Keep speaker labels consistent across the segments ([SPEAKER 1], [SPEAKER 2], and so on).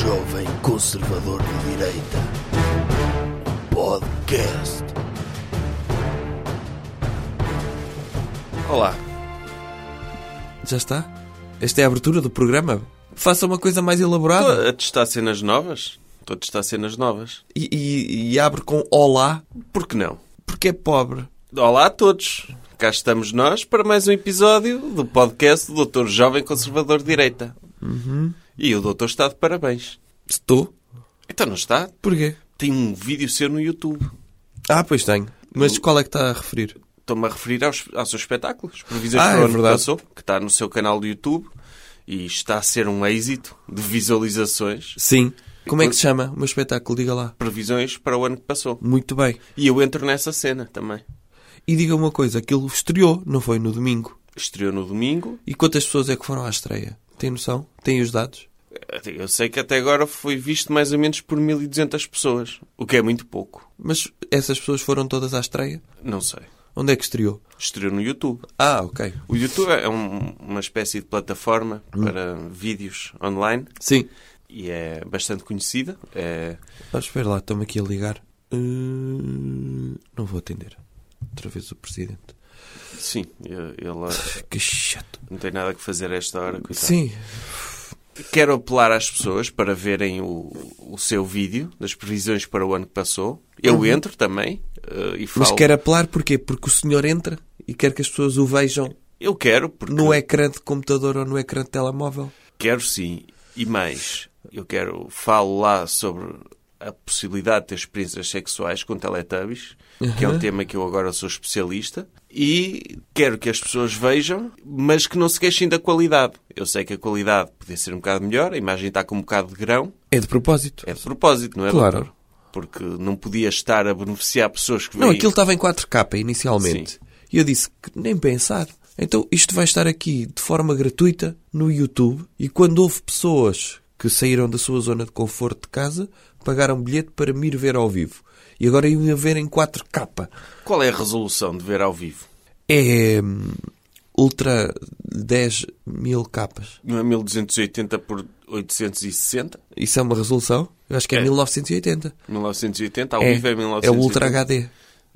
[SPEAKER 1] Jovem Conservador de Direita. Podcast.
[SPEAKER 2] Olá. Já está? Esta é a abertura do programa? Faça uma coisa mais elaborada.
[SPEAKER 3] Estou a testar cenas novas. Estou a testar cenas novas.
[SPEAKER 2] E, e- e abre com olá,
[SPEAKER 3] Por que não?
[SPEAKER 2] porque é pobre.
[SPEAKER 3] Olá a todos. Cá estamos nós para mais um episódio do podcast do Doutor Jovem Conservador de Direita.
[SPEAKER 2] Uhum.
[SPEAKER 3] E o doutor está de parabéns.
[SPEAKER 2] Estou?
[SPEAKER 3] Então não está?
[SPEAKER 2] Porquê?
[SPEAKER 3] Tem um vídeo seu no YouTube.
[SPEAKER 2] Ah, pois tenho. Mas qual é que está a referir?
[SPEAKER 3] Estou-me a referir aos, aos seus espetáculos. Previsões
[SPEAKER 2] Ah,
[SPEAKER 3] para o
[SPEAKER 2] é
[SPEAKER 3] ano que
[SPEAKER 2] verdade.
[SPEAKER 3] passou, que está no seu canal do YouTube. E está a ser um êxito de visualizações.
[SPEAKER 2] Sim. Como é que se chama o meu espetáculo? Diga lá.
[SPEAKER 3] Previsões para o ano que passou.
[SPEAKER 2] Muito bem.
[SPEAKER 3] E eu entro nessa cena também.
[SPEAKER 2] E diga uma coisa, aquilo estreou, não foi no domingo.
[SPEAKER 3] Estreou no domingo.
[SPEAKER 2] E quantas pessoas é que foram à estreia? Tem noção? Tem os dados?
[SPEAKER 3] Eu sei que até agora foi visto mais ou menos por 1200 pessoas, o que é muito pouco.
[SPEAKER 2] Mas essas pessoas foram todas à estreia?
[SPEAKER 3] Não sei.
[SPEAKER 2] Onde é que estreou?
[SPEAKER 3] Estreou no YouTube.
[SPEAKER 2] Ah, ok.
[SPEAKER 3] O YouTube é um- uma espécie de plataforma para vídeos online
[SPEAKER 2] Sim.
[SPEAKER 3] e é bastante conhecida. É...
[SPEAKER 2] Ah, espera lá, estão-me aqui a ligar. Hum, não vou atender. Outra vez o presidente.
[SPEAKER 3] Sim, eu- ele
[SPEAKER 2] Que chato.
[SPEAKER 3] não tem nada que fazer a esta hora. coitado.
[SPEAKER 2] Sim,
[SPEAKER 3] Quero apelar às pessoas para verem o, o seu vídeo das previsões para o ano que passou. Eu entro também eh, e falo.
[SPEAKER 2] Uhum. mas quer apelar porquê? Porque o senhor entra e quer que as pessoas o vejam
[SPEAKER 3] Eu quero, porque
[SPEAKER 2] no ecrã de computador ou no ecrã de telemóvel.
[SPEAKER 3] Quero sim. E mais, eu quero falo lá sobre a possibilidade de ter experiências sexuais com teletubbies, que é um tema que eu agora sou especialista, e quero que as pessoas vejam, mas que não se queixem da qualidade. Eu sei que a qualidade podia ser um bocado melhor, a imagem está com um bocado de grão,
[SPEAKER 2] É de propósito.
[SPEAKER 3] é de propósito, não é?
[SPEAKER 2] Claro.
[SPEAKER 3] doutor? Porque não podia estar a beneficiar pessoas que
[SPEAKER 2] Não,
[SPEAKER 3] veem-
[SPEAKER 2] aquilo estava em 4K inicialmente.
[SPEAKER 3] Sim.
[SPEAKER 2] E eu disse que nem pensar. Então isto vai estar aqui de forma gratuita no YouTube e quando houve pessoas que saíram da sua zona de conforto de casa, pagaram bilhete para me ir ver ao vivo. E agora iam ver em 4K.
[SPEAKER 3] Qual é a resolução de ver ao vivo?
[SPEAKER 2] É hum, ultra 10 mil capas.
[SPEAKER 3] Não é 1280 por 860?
[SPEAKER 2] Isso é uma resolução? Eu acho que é,
[SPEAKER 3] É.
[SPEAKER 2] 1980.
[SPEAKER 3] 1980, ao
[SPEAKER 2] é,
[SPEAKER 3] vivo é 1980.
[SPEAKER 2] é o Ultra HD.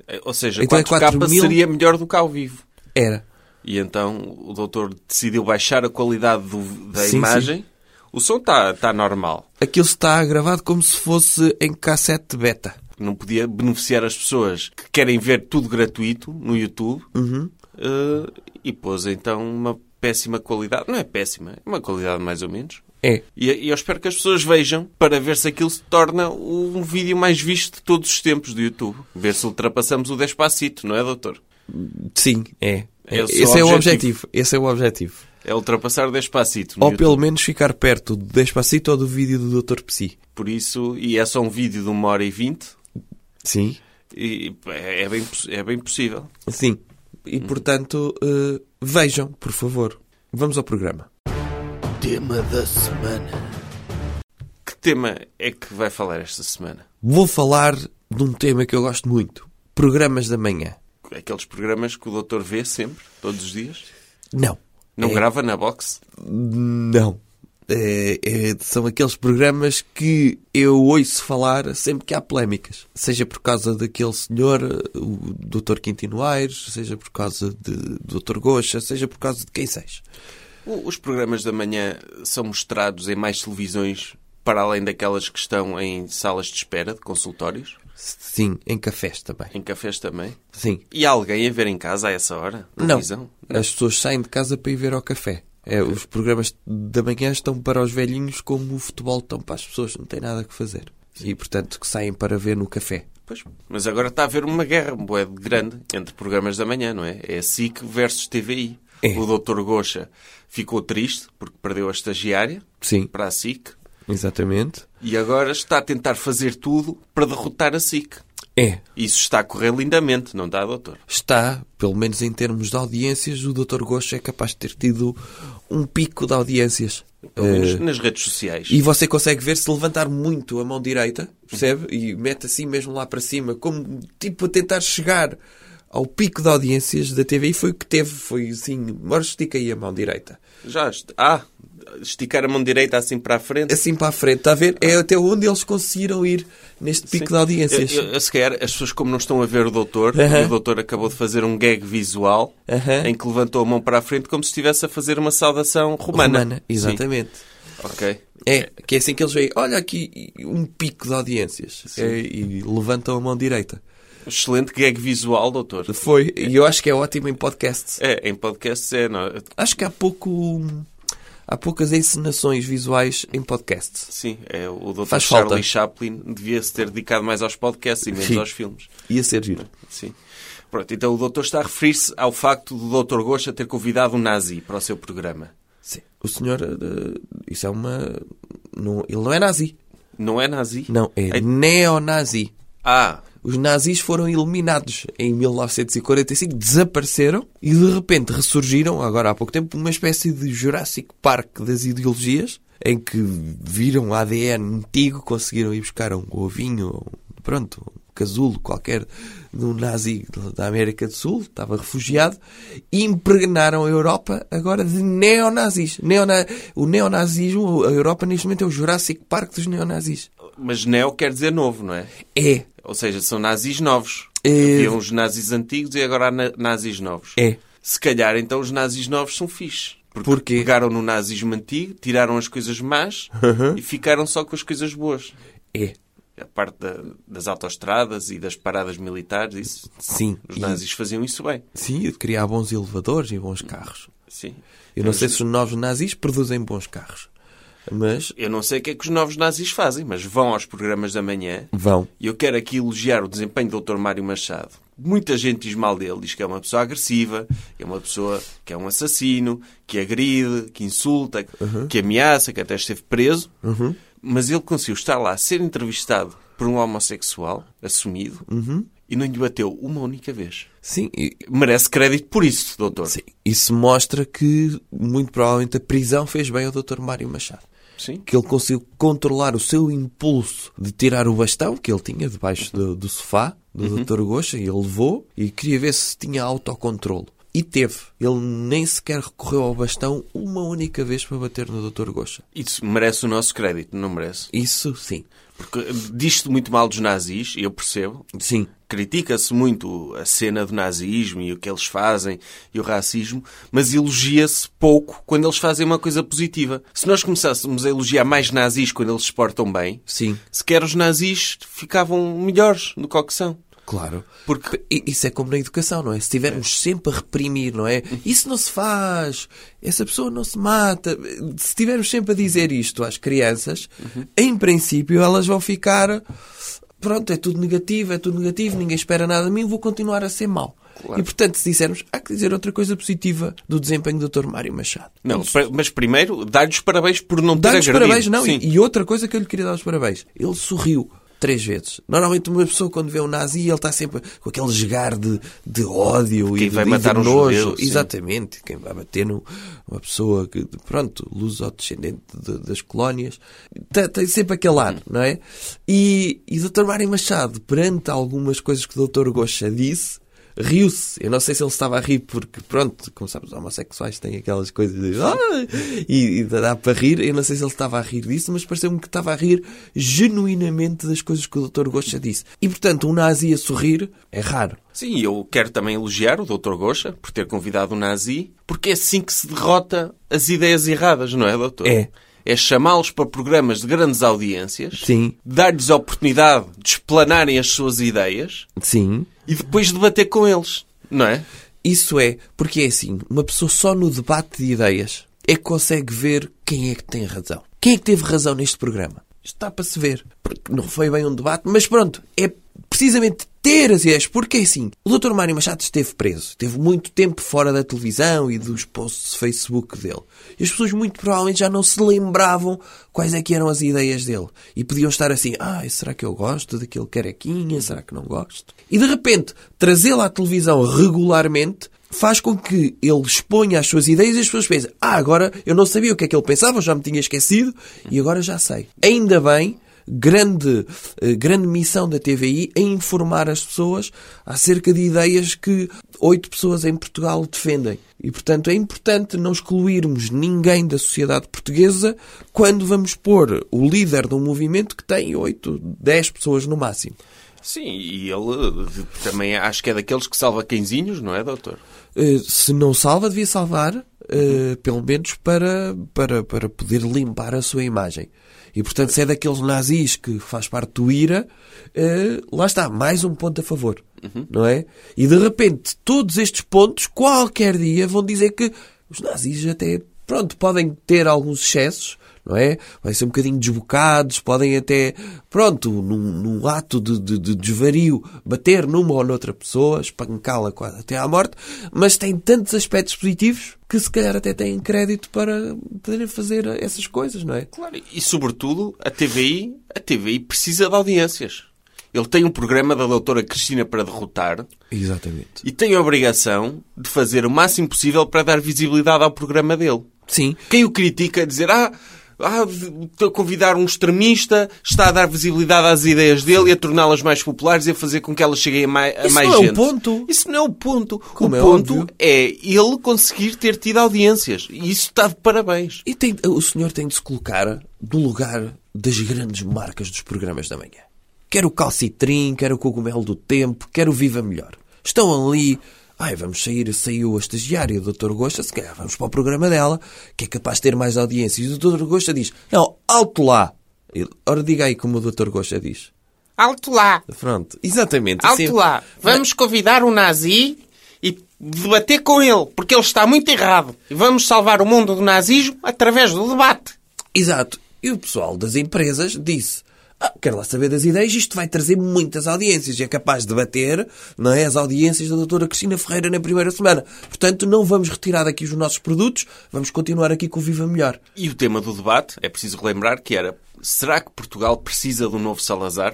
[SPEAKER 3] É, Ou seja,
[SPEAKER 2] Então é
[SPEAKER 3] 4K
[SPEAKER 2] 4.000?
[SPEAKER 3] seria melhor do que ao vivo.
[SPEAKER 2] Era.
[SPEAKER 3] E então o doutor decidiu baixar a qualidade do- da
[SPEAKER 2] Sim,
[SPEAKER 3] imagem. O som está tá normal.
[SPEAKER 2] Aquilo está gravado como se fosse em cassete beta.
[SPEAKER 3] Não podia beneficiar as pessoas que querem ver tudo gratuito no YouTube.
[SPEAKER 2] Uhum.
[SPEAKER 3] Eh, e pôs então uma péssima qualidade. Não é péssima, é uma qualidade mais ou menos.
[SPEAKER 2] É.
[SPEAKER 3] E, e eu espero que as pessoas vejam para ver se aquilo se torna um vídeo mais visto de todos os tempos do YouTube. Ver se ultrapassamos o Despacito, não é, doutor?
[SPEAKER 2] Sim, é.
[SPEAKER 3] Esse
[SPEAKER 2] Esse,
[SPEAKER 3] é o
[SPEAKER 2] é
[SPEAKER 3] objetivo.
[SPEAKER 2] o objetivo. Esse é o objetivo.
[SPEAKER 3] É ultrapassar o Despacito. no
[SPEAKER 2] Ou
[SPEAKER 3] YouTube.
[SPEAKER 2] pelo menos ficar perto do Despacito ou do vídeo do Dr. Psi.
[SPEAKER 3] Por isso, e é só um vídeo de uma hora e vinte,
[SPEAKER 2] Sim.
[SPEAKER 3] e é bem, poss- é bem possível.
[SPEAKER 2] Sim. E portanto, eh, vejam, por favor. Vamos ao programa.
[SPEAKER 1] Tema da semana.
[SPEAKER 3] Que tema é que vai falar esta semana?
[SPEAKER 2] Vou falar de um tema que eu gosto muito. Programas da manhã.
[SPEAKER 3] Aqueles programas que o doutor vê sempre, todos os dias?
[SPEAKER 2] Não.
[SPEAKER 3] Não
[SPEAKER 2] É-
[SPEAKER 3] grava na box?
[SPEAKER 2] Não. É- é- são aqueles programas que eu ouço falar sempre que há polémicas. Seja por causa daquele senhor, eh, o Dr. Quintino Aires, seja por causa de, do Dr. Gocha, seja por causa de quem seja.
[SPEAKER 3] O- Os programas da manhã são mostrados em mais televisões para além daquelas que estão em salas de espera, de consultórios,
[SPEAKER 2] Sim, em cafés também.
[SPEAKER 3] em cafés também.
[SPEAKER 2] Sim.
[SPEAKER 3] E há alguém a ver em casa a essa hora?
[SPEAKER 2] Não.
[SPEAKER 3] Televisão?
[SPEAKER 2] As pessoas saem de casa para ir ver ao café. É, os programas da manhã estão para os velhinhos como o futebol estão para as pessoas, não tem nada que fazer. E portanto que saem para ver no café.
[SPEAKER 3] Pois, mas agora está a haver uma guerra bué, de grande entre programas da manhã, não é? É SIC versus TVI.
[SPEAKER 2] É.
[SPEAKER 3] O Dr. Gocha ficou triste porque perdeu a estagiária
[SPEAKER 2] Sim,
[SPEAKER 3] para a SIC
[SPEAKER 2] exatamente.
[SPEAKER 3] e agora está a tentar fazer tudo para derrotar a SIC.
[SPEAKER 2] É,
[SPEAKER 3] Isso está a correr lindamente, não dá, doutor?
[SPEAKER 2] está, pelo menos em termos de audiências, o Dr. Gosto é capaz de ter tido um pico de audiências.
[SPEAKER 3] Pelo menos
[SPEAKER 2] Eh,
[SPEAKER 3] nas redes sociais.
[SPEAKER 2] e você consegue ver se levantar muito a mão direita, percebe? E mete assim mesmo lá para cima, como tipo a tentar chegar ao pico de audiências da TVI. Foi o que teve, foi assim, agora estica aí a mão direita.
[SPEAKER 3] Já est- Ah, esticar a mão direita assim para a frente.
[SPEAKER 2] Assim para a frente, está a ver? É até onde eles conseguiram ir neste pico de audiências.
[SPEAKER 3] Eu, eu, se calhar, as pessoas, como não estão a ver o doutor,
[SPEAKER 2] Aham.
[SPEAKER 3] e o doutor acabou de fazer um gag visual
[SPEAKER 2] Aham.
[SPEAKER 3] em que levantou a mão para a frente como se estivesse a fazer uma saudação romana.
[SPEAKER 2] Romana, Exatamente.
[SPEAKER 3] Sim, Ok.
[SPEAKER 2] É, que é assim que eles veem. Olha aqui um pico de audiências. É, e levantam a mão direita.
[SPEAKER 3] Excelente gag visual, doutor.
[SPEAKER 2] Foi, e eu acho que é ótimo em podcast.
[SPEAKER 3] É, em podcasts é. Não,
[SPEAKER 2] Acho que há pouco. Há poucas encenações visuais em podcast.
[SPEAKER 3] sim, é o doutor
[SPEAKER 2] Faz
[SPEAKER 3] Charlie
[SPEAKER 2] falta.
[SPEAKER 3] Chaplin devia-se ter dedicado mais aos podcasts e menos
[SPEAKER 2] Sim.
[SPEAKER 3] aos filmes.
[SPEAKER 2] Ia ser giro.
[SPEAKER 3] Sim. Pronto, então o doutor está a referir-se ao facto do doutor Gosta ter convidado um nazi para o seu programa.
[SPEAKER 2] Sim. O senhor. eh, Isso é uma. Não, ele não é nazi.
[SPEAKER 3] Não é nazi?
[SPEAKER 2] Não, é
[SPEAKER 3] Ai-
[SPEAKER 2] neonazi.
[SPEAKER 3] Ah,
[SPEAKER 2] Os nazis foram eliminados em 1945, desapareceram e de repente ressurgiram, agora há pouco tempo, uma espécie de Jurassic Park das ideologias, em que viram um ADN antigo, conseguiram ir buscar um ovinho, um- pronto, um casulo qualquer de um nazi da América do Sul, estava refugiado, e impregnaram a Europa agora de neonazis. Neona... O neonazismo, a Europa neste momento é o Jurassic Park dos neonazis.
[SPEAKER 3] mas neo quer dizer novo, não é?
[SPEAKER 2] É,
[SPEAKER 3] Ou seja, são nazis novos.
[SPEAKER 2] É.
[SPEAKER 3] Havia uns nazis antigos e agora há na- nazis novos.
[SPEAKER 2] É.
[SPEAKER 3] Se calhar então os nazis novos são fixes. Porque
[SPEAKER 2] Porquê?
[SPEAKER 3] pegaram no nazismo antigo, tiraram as coisas más e ficaram só com as coisas boas.
[SPEAKER 2] é.
[SPEAKER 3] A parte da- das autoestradas e das paradas militares, isso.
[SPEAKER 2] Sim.
[SPEAKER 3] Os
[SPEAKER 2] E-
[SPEAKER 3] nazis faziam isso bem.
[SPEAKER 2] Sim, criar bons elevadores e bons carros.
[SPEAKER 3] Sim.
[SPEAKER 2] Eu não sei se os novos nazis produzem bons carros, mas
[SPEAKER 3] Eu não sei o que é que os novos nazis fazem, mas vão aos programas da manhã.
[SPEAKER 2] vão.
[SPEAKER 3] E eu quero aqui elogiar o desempenho do Dr. Mário Machado. Muita gente diz mal dele, diz que é uma pessoa agressiva, que é uma pessoa que é um assassino, que agride, que insulta, que ameaça, que até esteve preso. Mas ele conseguiu estar lá a ser entrevistado por um homossexual assumido e não lhe bateu uma única vez.
[SPEAKER 2] Sim, e-
[SPEAKER 3] Merece crédito por isso, doutor.
[SPEAKER 2] sim, isso mostra que muito provavelmente a prisão fez bem ao Dr. Mário Machado.
[SPEAKER 3] Sim.
[SPEAKER 2] Que ele conseguiu controlar o seu impulso de tirar o bastão que ele tinha debaixo do, do sofá do Dr. Goxa e ele levou e queria ver se tinha autocontrolo. E teve. Ele nem sequer recorreu ao bastão uma única vez para bater no Dr. Goxa.
[SPEAKER 3] Isso merece o nosso crédito, não merece?
[SPEAKER 2] Isso sim.
[SPEAKER 3] Porque diz-se muito mal dos nazis, eu percebo,
[SPEAKER 2] Sim.
[SPEAKER 3] Critica-se muito a cena do nazismo e o que eles fazem e o racismo, mas elogia-se pouco quando eles fazem uma coisa positiva. Se nós começássemos a elogiar mais nazis quando eles se portam bem,
[SPEAKER 2] Sim.
[SPEAKER 3] sequer os nazis ficavam melhores do que o que são.
[SPEAKER 2] Claro.
[SPEAKER 3] Porque
[SPEAKER 2] I- Isso é como na educação, não é? Se estivermos sempre a reprimir, não é?
[SPEAKER 3] Uhum.
[SPEAKER 2] Isso não se faz, essa pessoa não se mata. Se estivermos sempre a dizer
[SPEAKER 3] Uhum.
[SPEAKER 2] isto às crianças, em princípio elas vão ficar. Pronto, é tudo negativo, é tudo negativo, ninguém espera nada de mim, vou continuar a ser mau. E portanto, se dissermos, há que dizer outra coisa positiva do desempenho do Dr. Mário Machado.
[SPEAKER 3] não, pre- mas primeiro, dar-lhes parabéns por é não ter
[SPEAKER 2] Dar-lhe os
[SPEAKER 3] agredido.
[SPEAKER 2] parabéns, não.
[SPEAKER 3] Sim.
[SPEAKER 2] E, e outra coisa que eu lhe queria dar os parabéns. Ele sorriu três vezes. Normalmente uma pessoa quando vê um nazi, ele está sempre com aquele esgar de, de ódio
[SPEAKER 3] Quem
[SPEAKER 2] e de,
[SPEAKER 3] vai
[SPEAKER 2] e de
[SPEAKER 3] matar um
[SPEAKER 2] nojo.
[SPEAKER 3] judeu, sim.
[SPEAKER 2] Exatamente. Quem vai bater no, uma pessoa que, de- pronto, luso-descendente de- das colónias. Tem, tem sempre aquele ar, não é? E, e o Dr. Mário Machado, perante algumas coisas que o Dr. Gocha disse, riu-se. Eu não sei se ele estava a rir porque, pronto, como sabes, os homossexuais têm aquelas coisas de, "Ah!" e, e dá para rir. Eu não sei se ele estava a rir disso, mas pareceu-me que estava a rir genuinamente das coisas que o Dr. Gocha disse. E, portanto, um nazi a sorrir é raro.
[SPEAKER 3] Sim, eu quero também elogiar o Dr. Gocha por ter convidado o Nazi, porque é assim que se derrota as ideias erradas, não é, doutor?
[SPEAKER 2] É.
[SPEAKER 3] É chamá-los para programas de grandes audiências,
[SPEAKER 2] Sim.
[SPEAKER 3] dar-lhes a oportunidade de explanarem as suas ideias
[SPEAKER 2] Sim.
[SPEAKER 3] e depois debater com eles, não é?
[SPEAKER 2] Isso é, porque é assim, uma pessoa só no debate de ideias é que consegue ver quem é que tem razão. Quem é que teve razão neste programa? Isto Está para se ver. Porque não foi bem um debate, mas pronto, é precisamente ter as ideias. Porque é assim, o Dr. Mário Machado esteve preso. Teve muito tempo fora da televisão e dos posts de Facebook dele. E as pessoas muito provavelmente já não se lembravam quais é que eram as ideias dele. E podiam estar assim, ah, será que eu gosto daquele carequinha? Será que não gosto? E de repente, trazê-lo à televisão regularmente faz com que ele exponha as suas ideias e as pessoas pensem, ah, agora eu não sabia o que é que ele pensava, eu já me tinha esquecido e agora já sei. Ainda bem grande, eh, grande missão da TVI é informar as pessoas acerca de ideias que oito pessoas em Portugal defendem. E, portanto, é importante não excluirmos ninguém da sociedade portuguesa quando vamos pôr o líder de um movimento que tem oito, dez pessoas no máximo.
[SPEAKER 3] Sim, e ele também acho que é daqueles que salva quinzinhos, não é, doutor?
[SPEAKER 2] Eh, se não salva, devia salvar, eh, pelo menos para, para, para poder limpar a sua imagem. E, portanto, se é daqueles nazis que faz parte do IRA, eh, lá está, mais um ponto a favor. Não é? E, de repente, todos estes pontos, qualquer dia, vão dizer que os nazis até, pronto, podem ter alguns excessos, não é? Vai ser um bocadinho desbocados, podem até, pronto, num, num ato de, de- de desvario, bater numa ou noutra pessoa, espancá-la quase até à morte, mas tem tantos aspectos positivos que se calhar até têm crédito para poderem fazer essas coisas, não é?
[SPEAKER 3] Claro, e sobretudo a TVI, a TVI precisa de audiências. Ele tem um programa da doutora Cristina para derrotar
[SPEAKER 2] Exatamente.
[SPEAKER 3] e tem a obrigação de fazer o máximo possível para dar visibilidade ao programa dele.
[SPEAKER 2] Sim.
[SPEAKER 3] Quem o critica é dizer, ah, ah, estou a convidar um extremista, está a dar visibilidade às ideias dele e a torná-las mais populares e a fazer com que elas cheguem a mai- a mais,
[SPEAKER 2] Isso não é o
[SPEAKER 3] gente.
[SPEAKER 2] ponto.
[SPEAKER 3] Isso não é o ponto.
[SPEAKER 2] Como
[SPEAKER 3] o
[SPEAKER 2] é
[SPEAKER 3] ponto
[SPEAKER 2] óbvio.
[SPEAKER 3] é ele conseguir ter tido audiências. E isso está de parabéns.
[SPEAKER 2] E tem- o senhor tem de se colocar no lugar das grandes marcas dos programas da manhã. Quer o Calcitrim, quer o Cogumelo do Tempo, quer o Viva Melhor. Estão ali. Ai, vamos sair, saiu a estagiária, o Dr. Gosta, se calhar vamos para o programa dela, que é capaz de ter mais audiência. E o Dr. Gosta diz: Não, alto lá. Ele, Ora, diga aí como o Dr. Gosta diz.
[SPEAKER 3] Alto lá.
[SPEAKER 2] Pronto, exatamente.
[SPEAKER 3] Alto
[SPEAKER 2] assim-
[SPEAKER 3] lá, vamos convidar um nazi e debater com ele, porque ele está muito errado. E vamos salvar o mundo do nazismo através do debate.
[SPEAKER 2] Exato. E o pessoal das empresas disse: ah, quero lá saber das ideias, isto vai trazer muitas audiências. E é capaz de bater não é, as audiências da doutora Cristina Ferreira na primeira semana. Portanto, não vamos retirar daqui os nossos produtos, vamos continuar aqui com o Viva Melhor.
[SPEAKER 3] E o tema do debate, é preciso relembrar, que era será que Portugal precisa de um novo Salazar?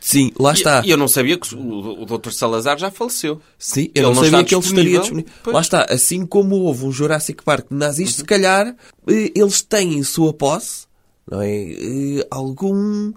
[SPEAKER 2] Sim, lá
[SPEAKER 3] E-
[SPEAKER 2] está.
[SPEAKER 3] E eu não sabia que o, o Dr. Salazar já faleceu.
[SPEAKER 2] Sim,
[SPEAKER 3] Ele
[SPEAKER 2] eu não,
[SPEAKER 3] não
[SPEAKER 2] sabia
[SPEAKER 3] está
[SPEAKER 2] que ele
[SPEAKER 3] disponível.
[SPEAKER 2] estaria disponível.
[SPEAKER 3] Pois. Uhum.
[SPEAKER 2] Lá está, assim como houve um Jurassic Park nazis, se calhar eh, eles têm em sua posse não é, eh, algum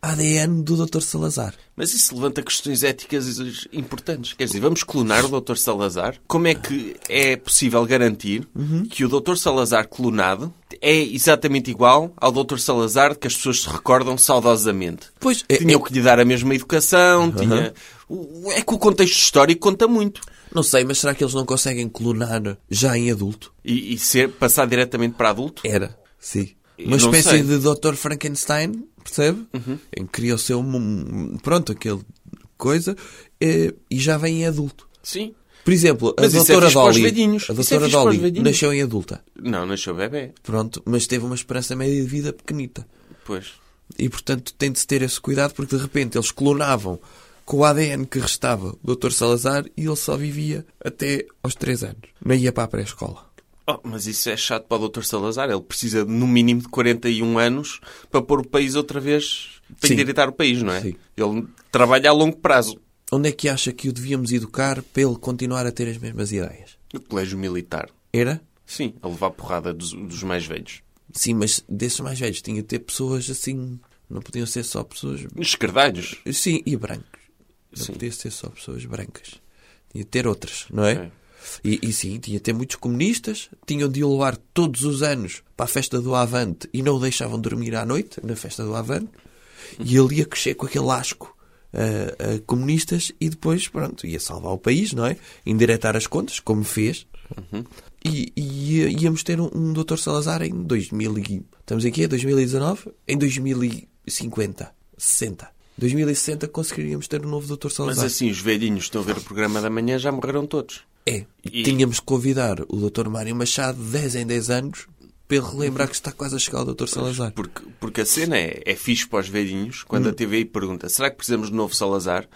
[SPEAKER 2] ADN do Dr. Salazar.
[SPEAKER 3] Mas isso levanta questões éticas importantes. Quer dizer, vamos clonar o Dr. Salazar? Como é que é possível garantir que o Dr. Salazar clonado é exatamente igual ao Dr. Salazar que as pessoas se recordam saudosamente?
[SPEAKER 2] Pois, é-
[SPEAKER 3] Tinham que lhe dar a mesma educação, tinha... O- É que o contexto histórico conta muito.
[SPEAKER 2] Não sei, mas será que eles não conseguem clonar já em adulto?
[SPEAKER 3] E, e ser, passar diretamente para adulto?
[SPEAKER 2] Era, sim.
[SPEAKER 3] Eu
[SPEAKER 2] Uma
[SPEAKER 3] não
[SPEAKER 2] espécie
[SPEAKER 3] sei. Uhum.
[SPEAKER 2] de Dr. Frankenstein, percebe? Em que cria o seu. mu- Pronto, aquele coisa. eh, E já vem em adulto.
[SPEAKER 3] Sim.
[SPEAKER 2] Por exemplo, a
[SPEAKER 3] Mas isso é
[SPEAKER 2] doutora
[SPEAKER 3] fixe para os
[SPEAKER 2] Dolly.
[SPEAKER 3] velhinhos. Isso
[SPEAKER 2] A
[SPEAKER 3] é fixe
[SPEAKER 2] doutora
[SPEAKER 3] para os
[SPEAKER 2] Dolly
[SPEAKER 3] velhinhos.
[SPEAKER 2] nasceu em adulta.
[SPEAKER 3] Não, nasceu bebê.
[SPEAKER 2] Pronto, mas teve uma esperança média de vida pequenita.
[SPEAKER 3] Pois.
[SPEAKER 2] E portanto tem de se ter esse cuidado porque de repente eles clonavam com o ADN que restava o Dr. Salazar e ele só vivia até aos 3 anos. Não ia para a pré-escola.
[SPEAKER 3] Oh, mas isso é chato para o Dr. Salazar. Ele precisa, de, no mínimo, de 41 anos para pôr o país outra vez, para
[SPEAKER 2] Sim.
[SPEAKER 3] endireitar o país, não é?
[SPEAKER 2] Sim.
[SPEAKER 3] Ele trabalha a longo prazo.
[SPEAKER 2] Onde é que acha que o devíamos educar para ele continuar a ter as mesmas ideias?
[SPEAKER 3] No colégio militar.
[SPEAKER 2] Era?
[SPEAKER 3] Sim, a levar porrada dos, dos mais velhos.
[SPEAKER 2] Sim, mas desses mais velhos tinha de ter pessoas assim. Não podiam ser só pessoas.
[SPEAKER 3] Nos escardalhos.
[SPEAKER 2] Sim, e brancos. Não podia ser só pessoas brancas. Tinha de ter outras, não é?
[SPEAKER 3] É.
[SPEAKER 2] E, e sim, tinha de ter muitos comunistas. Tinham de o levar todos os anos para a festa do Avante e não o deixavam dormir à noite na festa do Avante. E ele ia crescer com aquele asco. A, a comunistas e depois, pronto, ia salvar o país, não é? Indiretar as contas, como fez, e, e ia- íamos ter um, um Dr. Salazar em 2000 e, estamos aqui, é 2019? Em 2050, 60. 2060 conseguiríamos ter um novo Dr.
[SPEAKER 3] Mas
[SPEAKER 2] Salazar.
[SPEAKER 3] assim, os velhinhos que estão a ver o programa da manhã já morreram todos.
[SPEAKER 2] É,
[SPEAKER 3] E-
[SPEAKER 2] tínhamos que convidar o Dr. Mário Machado 10 em 10 anos para ele relembrar que está quase a chegar o Dr. Salazar.
[SPEAKER 3] Porque, porque a cena é, é fixe para os velhinhos. Quando a TVI pergunta, será que precisamos de novo Salazar?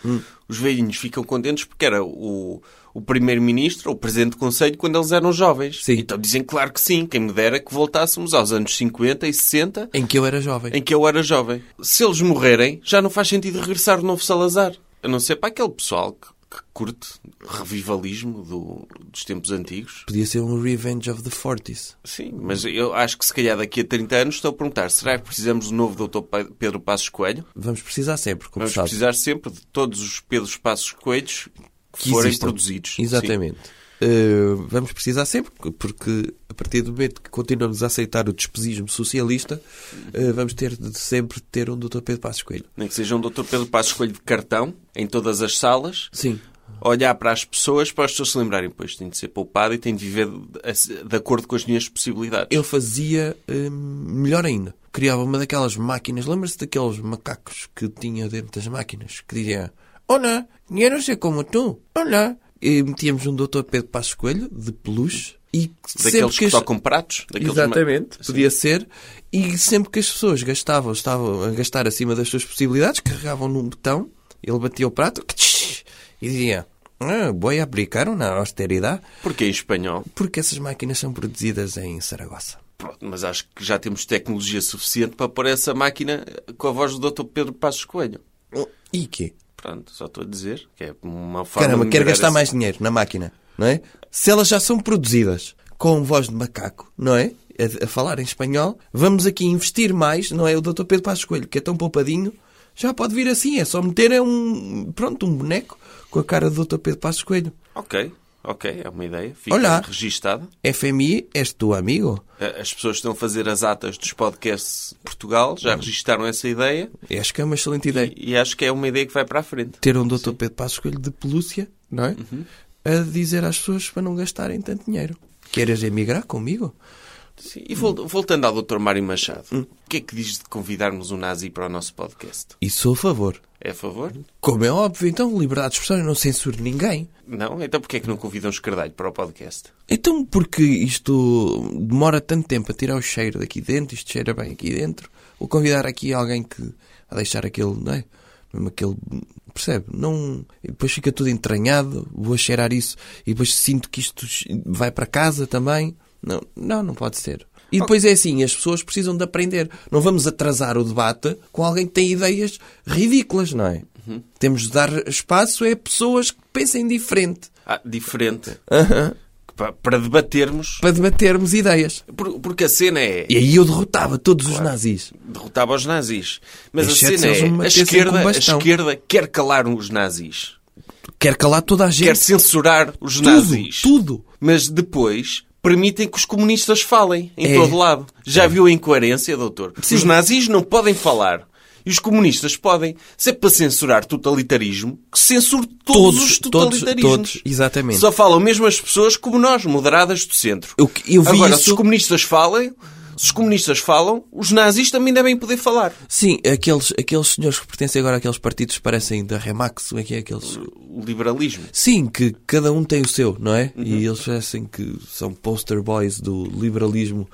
[SPEAKER 3] Os velhinhos ficam contentes porque era o, o primeiro-ministro, ou o presidente do conselho, quando eles eram jovens.
[SPEAKER 2] Sim.
[SPEAKER 3] Então dizem, claro que sim. Quem me dera que voltássemos aos anos 50 e 60,
[SPEAKER 2] Em que eu era jovem.
[SPEAKER 3] em que eu era jovem. Se eles morrerem, já não faz sentido regressar o novo Salazar. A não ser para aquele pessoal que, que curte revivalismo do- dos tempos antigos.
[SPEAKER 2] Podia ser um Revenge of the Forties.
[SPEAKER 3] Sim, mas eu acho que se calhar daqui a 30 anos estou a perguntar, será que precisamos do novo Dr. Pa- Pedro Passos Coelho?
[SPEAKER 2] Vamos precisar sempre, como
[SPEAKER 3] Vamos
[SPEAKER 2] sabe.
[SPEAKER 3] precisar sempre de todos os Pedros Passos Coelhos que,
[SPEAKER 2] Que
[SPEAKER 3] forem
[SPEAKER 2] existam.
[SPEAKER 3] produzidos. Sim.
[SPEAKER 2] Exatamente. Uh, vamos precisar sempre, porque a partir do momento que continuamos a aceitar o despesismo socialista, uh, vamos ter de sempre ter um Dr. Pedro Passos Coelho.
[SPEAKER 3] Nem que seja um Dr. Pedro Passos Coelho de cartão, em todas as salas,
[SPEAKER 2] Sim.
[SPEAKER 3] olhar para as pessoas, para as pessoas se lembrarem, pois tem de ser poupado e tem de viver de, de acordo com as minhas possibilidades.
[SPEAKER 2] Ele fazia hum, melhor ainda. Criava uma daquelas máquinas. Lembra-se daqueles macacos que tinha dentro das máquinas? Que dizia: Olá, eu não sei como tu. Olá. E metíamos um Dr. Pedro Passos Coelho de peluche. E sempre
[SPEAKER 3] Daqueles
[SPEAKER 2] que
[SPEAKER 3] que
[SPEAKER 2] as-
[SPEAKER 3] tocam pratos. daqueles ma-
[SPEAKER 2] Exatamente,
[SPEAKER 3] Sim.
[SPEAKER 2] podia ser. E sempre que as pessoas gastavam, estavam a gastar acima das suas possibilidades, carregavam num botão, ele batia o prato e dizia: ah, Vou aplicar uma austeridade,
[SPEAKER 3] Porque em espanhol.
[SPEAKER 2] porque essas máquinas são produzidas em Saragossa.
[SPEAKER 3] Pronto, mas acho que já temos tecnologia suficiente para pôr essa máquina com a voz do Dr. Pedro Passos Coelho.
[SPEAKER 2] E quê?
[SPEAKER 3] Pronto, só estou a dizer que é uma forma
[SPEAKER 2] Caramba,
[SPEAKER 3] de
[SPEAKER 2] quero
[SPEAKER 3] melhorar
[SPEAKER 2] gastar
[SPEAKER 3] esse-
[SPEAKER 2] mais dinheiro na máquina, não é? Se elas já são produzidas com voz de macaco, não é? A, a falar em espanhol, vamos aqui investir mais, não é? O Dr. Pedro Passos Coelho, que é tão poupadinho, já pode vir assim, é só meter é um, pronto, um boneco com a cara do Dr. Pedro Passos Coelho.
[SPEAKER 3] Ok, ok, é uma ideia. Fica
[SPEAKER 2] Olá.
[SPEAKER 3] registada.
[SPEAKER 2] FMI, és tu amigo?
[SPEAKER 3] A- As pessoas que estão a fazer as atas dos podcasts de Portugal
[SPEAKER 2] Uhum.
[SPEAKER 3] já registaram essa ideia
[SPEAKER 2] Acho que é uma excelente ideia.
[SPEAKER 3] e acho que é uma ideia que vai para a frente.
[SPEAKER 2] Ter um Dr. Pedro Passos Coelho de pelúcia, não é?
[SPEAKER 3] Uhum.
[SPEAKER 2] A dizer às pessoas para não gastarem tanto dinheiro. Queres emigrar comigo?
[SPEAKER 3] Sim, E vol- voltando ao Dr. Mário Machado,
[SPEAKER 2] Hum.
[SPEAKER 3] o que é que diz de convidarmos um nazi para o nosso podcast?
[SPEAKER 2] E sou a favor.
[SPEAKER 3] É a favor?
[SPEAKER 2] Como é óbvio, então liberdade de expressão, eu não censuro ninguém.
[SPEAKER 3] Não? Então porquê é que não convidam um escardalho para o podcast?
[SPEAKER 2] Então, porque isto demora tanto tempo a tirar o cheiro daqui dentro, isto cheira bem aqui dentro, vou convidar aqui alguém que a deixar aquele, não é? Mesmo aquele, percebe? Não, e depois fica tudo entranhado, vou cheirar isso e depois sinto que isto che- vai para casa também. Não, não, não pode ser. E depois é assim, as pessoas precisam de aprender. Não vamos atrasar o debate com alguém que tem ideias ridículas, não é? Temos de dar espaço a pessoas que pensem diferente.
[SPEAKER 3] Ah, diferente.
[SPEAKER 2] Aham.
[SPEAKER 3] Pa- Para debatermos.
[SPEAKER 2] para debatermos ideias.
[SPEAKER 3] Por- Porque a cena é.
[SPEAKER 2] E aí eu derrotava todos os nazis.
[SPEAKER 3] derrotava os nazis. Mas
[SPEAKER 2] Exceto
[SPEAKER 3] a
[SPEAKER 2] se
[SPEAKER 3] cena
[SPEAKER 2] eles me
[SPEAKER 3] é, a
[SPEAKER 2] metessem com
[SPEAKER 3] esquerda,
[SPEAKER 2] um
[SPEAKER 3] a
[SPEAKER 2] bastão.
[SPEAKER 3] esquerda quer calar os nazis.
[SPEAKER 2] Quer calar toda a gente.
[SPEAKER 3] Quer censurar os
[SPEAKER 2] Tudo,
[SPEAKER 3] nazis.
[SPEAKER 2] tudo.
[SPEAKER 3] Mas depois permitem que os comunistas falem em
[SPEAKER 2] É.
[SPEAKER 3] todo lado. Já viu a incoerência, doutor? Os nazis não podem falar. E os comunistas podem. Se é para censurar totalitarismo, que censure todos,
[SPEAKER 2] Todos,
[SPEAKER 3] os
[SPEAKER 2] todos,
[SPEAKER 3] totalitarismos.
[SPEAKER 2] todos, exatamente.
[SPEAKER 3] Só falam mesmo as pessoas como nós, moderadas do centro.
[SPEAKER 2] Eu que- eu vi
[SPEAKER 3] Agora,
[SPEAKER 2] isso-
[SPEAKER 3] se os comunistas falam, se os comunistas falam, os nazis também devem poder falar.
[SPEAKER 2] Sim, aqueles, aqueles senhores que pertencem agora àqueles partidos que parecem da Remax, como é que é aqueles?
[SPEAKER 3] o liberalismo.
[SPEAKER 2] Sim, que cada um tem o seu, não é? E eles parecem que são poster boys do liberalismo.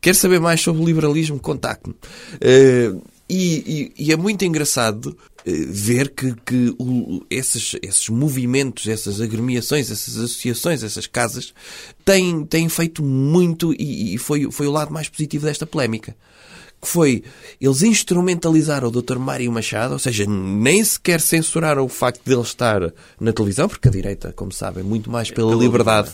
[SPEAKER 2] Quer saber mais sobre o liberalismo? Contacte-me. Eh, e, e- e é muito engraçado eh, ver que, que o- esses, esses movimentos, essas agremiações, essas associações, essas casas têm, têm feito muito e, e foi, foi o lado mais positivo desta polémica que foi eles instrumentalizaram o Dr. Mário Machado, ou seja, nem sequer censuraram o facto de ele estar na televisão, porque a direita, como sabem, é muito mais pela
[SPEAKER 3] pela
[SPEAKER 2] liberdade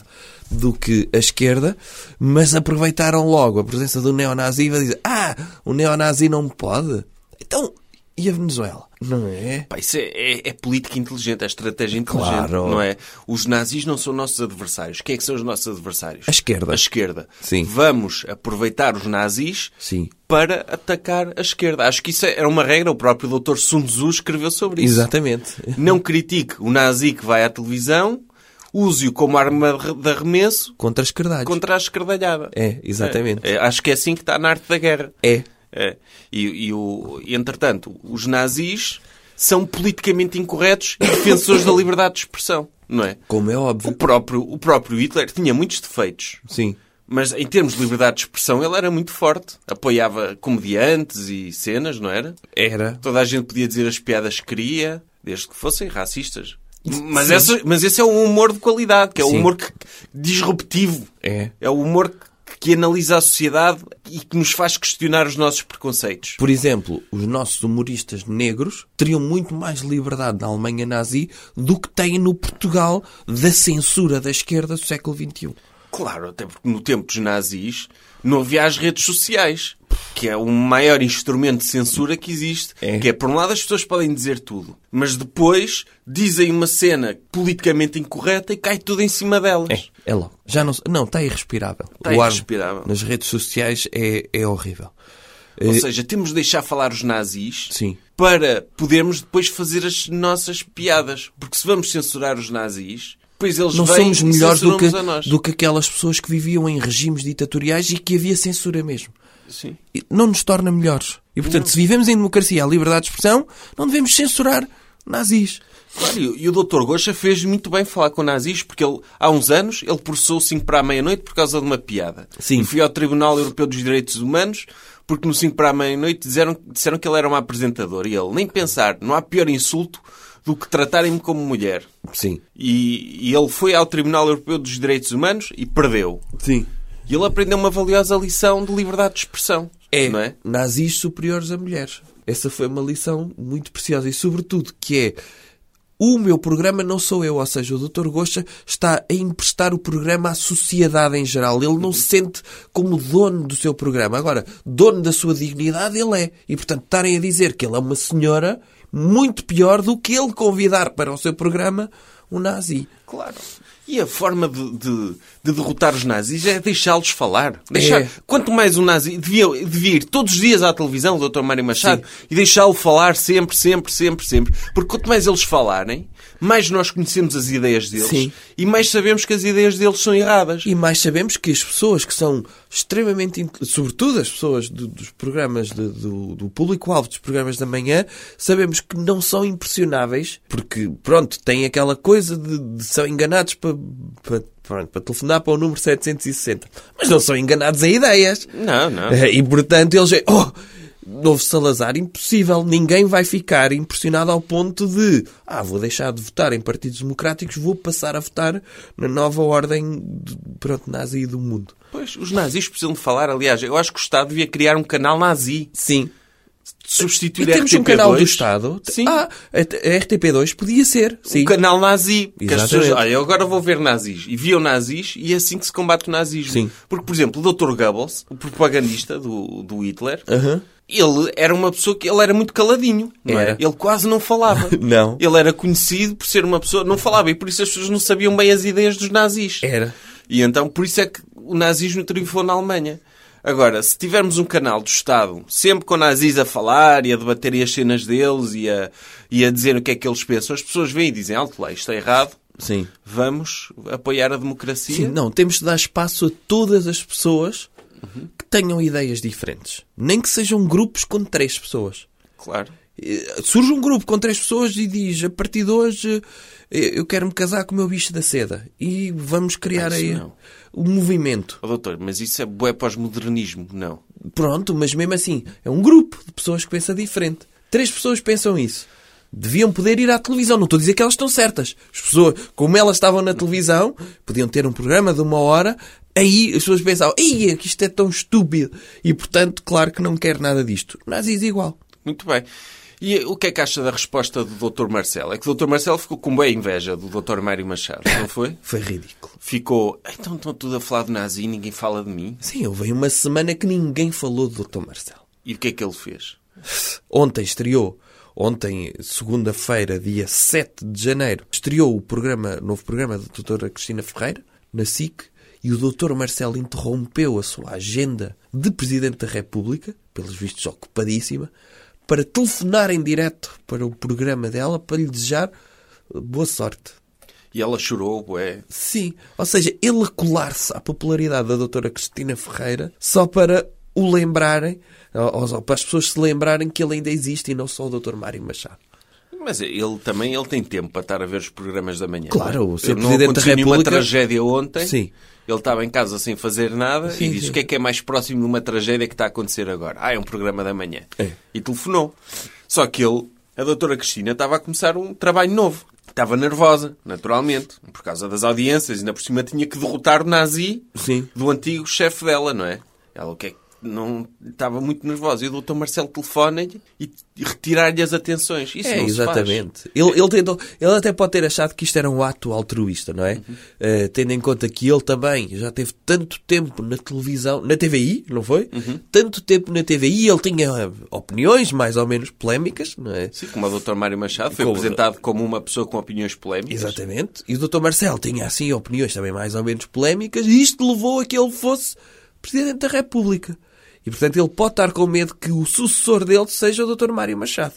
[SPEAKER 2] do que a esquerda, mas aproveitaram logo a presença do neonazi e dizer: Ah, o neonazi não pode. Então, e a Venezuela? Não é?
[SPEAKER 3] Pá, isso é, é- é política inteligente, é estratégia inteligente,
[SPEAKER 2] Claro.
[SPEAKER 3] não é? Os nazis não são nossos adversários. Quem é que são os nossos adversários?
[SPEAKER 2] A esquerda.
[SPEAKER 3] A esquerda.
[SPEAKER 2] Sim.
[SPEAKER 3] Vamos aproveitar os nazis
[SPEAKER 2] Sim.
[SPEAKER 3] para atacar a esquerda. Acho que isso é, era uma regra, o próprio Dr. Sun Tzu escreveu sobre isso.
[SPEAKER 2] Exatamente.
[SPEAKER 3] Não critique o nazi que vai à televisão, use-o como arma de de arremesso
[SPEAKER 2] Contra as esquerdalhos.
[SPEAKER 3] contra a esquerdalhada.
[SPEAKER 2] É, exatamente.
[SPEAKER 3] É, acho que é assim que está na arte da guerra.
[SPEAKER 2] É.
[SPEAKER 3] É. E, e o, e, entretanto, os nazis são politicamente incorretos e defensores da liberdade de expressão, não é?
[SPEAKER 2] Como é
[SPEAKER 3] O
[SPEAKER 2] óbvio.
[SPEAKER 3] próprio, o próprio Hitler tinha muitos defeitos,
[SPEAKER 2] Sim.
[SPEAKER 3] mas em termos de liberdade de expressão ele era muito forte. Apoiava comediantes e cenas, não era?
[SPEAKER 2] Era.
[SPEAKER 3] Toda a gente podia dizer as piadas que queria, desde que fossem racistas. Mas, essa, mas esse é um humor de qualidade, que é um
[SPEAKER 2] Sim.
[SPEAKER 3] humor que- disruptivo.
[SPEAKER 2] É.
[SPEAKER 3] É o humor que- que analisa a sociedade e que nos faz questionar os nossos preconceitos.
[SPEAKER 2] Por exemplo, os nossos humoristas negros teriam muito mais liberdade na Alemanha nazi do que têm no Portugal da censura da esquerda do século um. XXI.
[SPEAKER 3] Claro, até porque no tempo dos nazis não havia as redes sociais, que é o maior instrumento de censura que existe.
[SPEAKER 2] É.
[SPEAKER 3] Que é, por um lado, as pessoas podem dizer tudo, mas depois dizem uma cena politicamente incorreta e cai tudo em cima delas.
[SPEAKER 2] É, é logo. Já não, não, está irrespirável.
[SPEAKER 3] Está
[SPEAKER 2] o
[SPEAKER 3] Tá
[SPEAKER 2] ar
[SPEAKER 3] irrespirável.
[SPEAKER 2] nas redes sociais é, é horrível.
[SPEAKER 3] Ou seja, temos de deixar falar os nazis
[SPEAKER 2] Eh, Sim.
[SPEAKER 3] para podermos depois fazer as nossas piadas. Porque se vamos censurar os nazis, pois eles
[SPEAKER 2] Não
[SPEAKER 3] vêm
[SPEAKER 2] somos
[SPEAKER 3] e
[SPEAKER 2] melhores do
[SPEAKER 3] censuram-nos a nós.
[SPEAKER 2] que, do que aquelas pessoas que viviam em regimes ditatoriais e que havia censura mesmo.
[SPEAKER 3] Sim.
[SPEAKER 2] E Não nos torna melhores. E, portanto, se vivemos em democracia, a liberdade de expressão, não devemos censurar nazis.
[SPEAKER 3] Claro, e o- e o Dr. Gocha fez muito bem falar com nazis, porque ele, há uns anos ele processou 5 para a meia-noite por causa de uma piada.
[SPEAKER 2] Sim.
[SPEAKER 3] E fui ao Tribunal Europeu dos Direitos Humanos, porque no 5 para a meia-noite disseram, disseram que ele era um apresentador. E ele, nem pensar, não há pior insulto do que tratarem-me como mulher.
[SPEAKER 2] Sim.
[SPEAKER 3] E, e ele foi ao Tribunal Europeu dos Direitos Humanos e perdeu.
[SPEAKER 2] Sim.
[SPEAKER 3] E ele aprendeu uma valiosa lição de liberdade de expressão.
[SPEAKER 2] É,
[SPEAKER 3] Não é?
[SPEAKER 2] nazis superiores a mulheres. Essa foi uma lição muito preciosa. E, sobretudo, que é... O meu programa não sou eu, ou seja, o Dr. Gosta está a emprestar o programa à sociedade em geral. Ele não se sente como dono do seu programa. Agora, dono da sua dignidade, ele é. E, portanto, estarem a dizer que ele é uma senhora muito pior do que ele convidar para o seu programa um nazi.
[SPEAKER 3] Claro. E a forma de, de- de derrotar os nazis é deixá-los falar. Deixar,
[SPEAKER 2] É.
[SPEAKER 3] Quanto mais um nazi... Devia, devia ir todos os dias à televisão, o Dr. Mário Machado, e deixá-lo falar sempre, sempre, sempre, sempre. Porque quanto mais eles falarem, mais nós conhecemos as ideias deles.
[SPEAKER 2] Sim.
[SPEAKER 3] E mais sabemos que as ideias deles são erradas.
[SPEAKER 2] E mais sabemos que as pessoas que são extremamente. inte- sobretudo as pessoas do- dos programas de- do, do público-alvo dos programas da manhã, sabemos que não são impressionáveis, porque, pronto, têm aquela coisa de, de são enganados para, para, pronto, para telefonar para o número 760. Mas não são enganados a ideias.
[SPEAKER 3] Não, não.
[SPEAKER 2] Eh, E, portanto, eles. é, Oh, Novo Salazar, impossível. Ninguém vai ficar impressionado ao ponto de. Ah, vou deixar de votar em partidos democráticos, vou passar a votar na nova ordem de, pronto, nazi do mundo.
[SPEAKER 3] Pois, os nazis precisam de falar. Aliás, eu acho que o Estado devia criar um canal nazi.
[SPEAKER 2] Sim. E
[SPEAKER 3] Substituir a
[SPEAKER 2] temos um
[SPEAKER 3] RTP2.
[SPEAKER 2] canal do Estado.
[SPEAKER 3] Sim.
[SPEAKER 2] Ah, a a RTP2 podia ser. Sim.
[SPEAKER 3] um canal nazi. Que as pessoas,
[SPEAKER 2] Exatamente.
[SPEAKER 3] olha, eu agora vou ver nazis. E viam nazis e é assim que se combate o nazismo.
[SPEAKER 2] Sim.
[SPEAKER 3] Porque, por exemplo, o Dr. Goebbels, o propagandista do, do Hitler,
[SPEAKER 2] Aham.
[SPEAKER 3] ele era uma pessoa que ele era muito caladinho. Não era.
[SPEAKER 2] Era.
[SPEAKER 3] Ele quase não falava.
[SPEAKER 2] Não.
[SPEAKER 3] Ele era conhecido por ser uma pessoa que não falava e por isso as pessoas não sabiam bem as ideias dos nazis.
[SPEAKER 2] Era.
[SPEAKER 3] E então, por isso é que o nazismo triunfou na Alemanha. Agora, se tivermos um canal do Estado, sempre com nazis a falar e a debaterem as cenas deles e a, e a dizer o que é que eles pensam, as pessoas vêm e dizem, alto lá, isto é errado,
[SPEAKER 2] Sim.
[SPEAKER 3] vamos apoiar a democracia.
[SPEAKER 2] Sim, não, temos de dar espaço a todas as pessoas que tenham ideias diferentes. Nem que sejam grupos com três pessoas.
[SPEAKER 3] Claro.
[SPEAKER 2] Eh, surge um grupo com três pessoas e diz a partir de hoje eh, eu quero me casar com o meu bicho da seda e vamos criar
[SPEAKER 3] Ah, isso
[SPEAKER 2] aí
[SPEAKER 3] não.
[SPEAKER 2] o movimento.
[SPEAKER 3] Ó, doutor, mas isso é bué pós-modernismo, não.
[SPEAKER 2] Pronto, mas mesmo assim é um grupo de pessoas que pensa diferente. Três pessoas pensam isso. Deviam poder ir à televisão. Não estou a dizer que elas estão certas. As pessoas, como elas estavam na televisão, podiam ter um programa de uma hora. Aí as pessoas pensavam, Ei, que isto é tão estúpido. E portanto, claro que não quero nada disto. Nazis igual.
[SPEAKER 3] Muito bem. E o que é que acha da resposta do Dr. Marcelo? É que o Dr. Marcelo ficou com boa inveja do Dr. Mário Machado, não foi?
[SPEAKER 2] Foi ridículo.
[SPEAKER 3] Ficou, então estão tudo a falar de nazi e ninguém fala de mim?
[SPEAKER 2] Sim, houve uma semana que ninguém falou do Dr. Marcelo.
[SPEAKER 3] E o que é que ele fez?
[SPEAKER 2] Ontem estreou, ontem, segunda-feira, dia 7 de janeiro, estreou o programa, novo programa da doutora Cristina Ferreira, na SIC, e o doutor Marcelo interrompeu a sua agenda de Presidente da República, pelos vistos ocupadíssima, para telefonar em direto para o programa dela para lhe desejar eh, boa sorte.
[SPEAKER 3] E ela chorou, bué.
[SPEAKER 2] Sim, ou seja, ele colar-se à popularidade da doutora Cristina Ferreira só para o lembrarem, ou, ou só para as pessoas se lembrarem que ele ainda existe e não só o doutor Mário Machado.
[SPEAKER 3] Mas ele também ele tem tempo para estar a ver os programas da manhã.
[SPEAKER 2] Claro,
[SPEAKER 3] não é?
[SPEAKER 2] o
[SPEAKER 3] não
[SPEAKER 2] Sr. Presidente da
[SPEAKER 3] aconteceu nenhuma
[SPEAKER 2] República-
[SPEAKER 3] tragédia ontem.
[SPEAKER 2] Sim.
[SPEAKER 3] Ele estava em casa sem fazer nada e
[SPEAKER 2] Sim,
[SPEAKER 3] disse
[SPEAKER 2] sim.
[SPEAKER 3] o que é que é mais próximo de uma tragédia que está a acontecer agora. Ah, é um programa da manhã.
[SPEAKER 2] É.
[SPEAKER 3] E telefonou. Só que ele, a doutora Cristina, estava a começar um trabalho novo. Estava nervosa, naturalmente, por causa das audiências. Ainda por cima tinha que derrotar o nazi
[SPEAKER 2] Sim.
[SPEAKER 3] do antigo chefe dela, não é? Ela o que é que não estava muito nervosa. E o doutor Marcelo telefona-lhe e e retirar-lhe as atenções. Isso
[SPEAKER 2] É,
[SPEAKER 3] não se faz.
[SPEAKER 2] exatamente. Ele, ele, tentou- ele até pode ter achado que isto era um ato altruísta, não é?
[SPEAKER 3] Uhum.
[SPEAKER 2] Eh, tendo em conta que ele também já teve tanto tempo na televisão, na TVI, não foi?
[SPEAKER 3] Uhum.
[SPEAKER 2] Tanto tempo na TVI, ele tinha eh, opiniões mais ou menos polémicas, não é?
[SPEAKER 3] Sim, como o doutor Mário Machado foi
[SPEAKER 2] Como-
[SPEAKER 3] apresentado como uma pessoa com opiniões polémicas.
[SPEAKER 2] Exatamente. E o Dr. Marcelo tinha assim opiniões também mais ou menos polémicas e isto levou a que ele fosse Presidente da República. E portanto ele pode estar com medo que o sucessor dele seja o Dr. Mário Machado.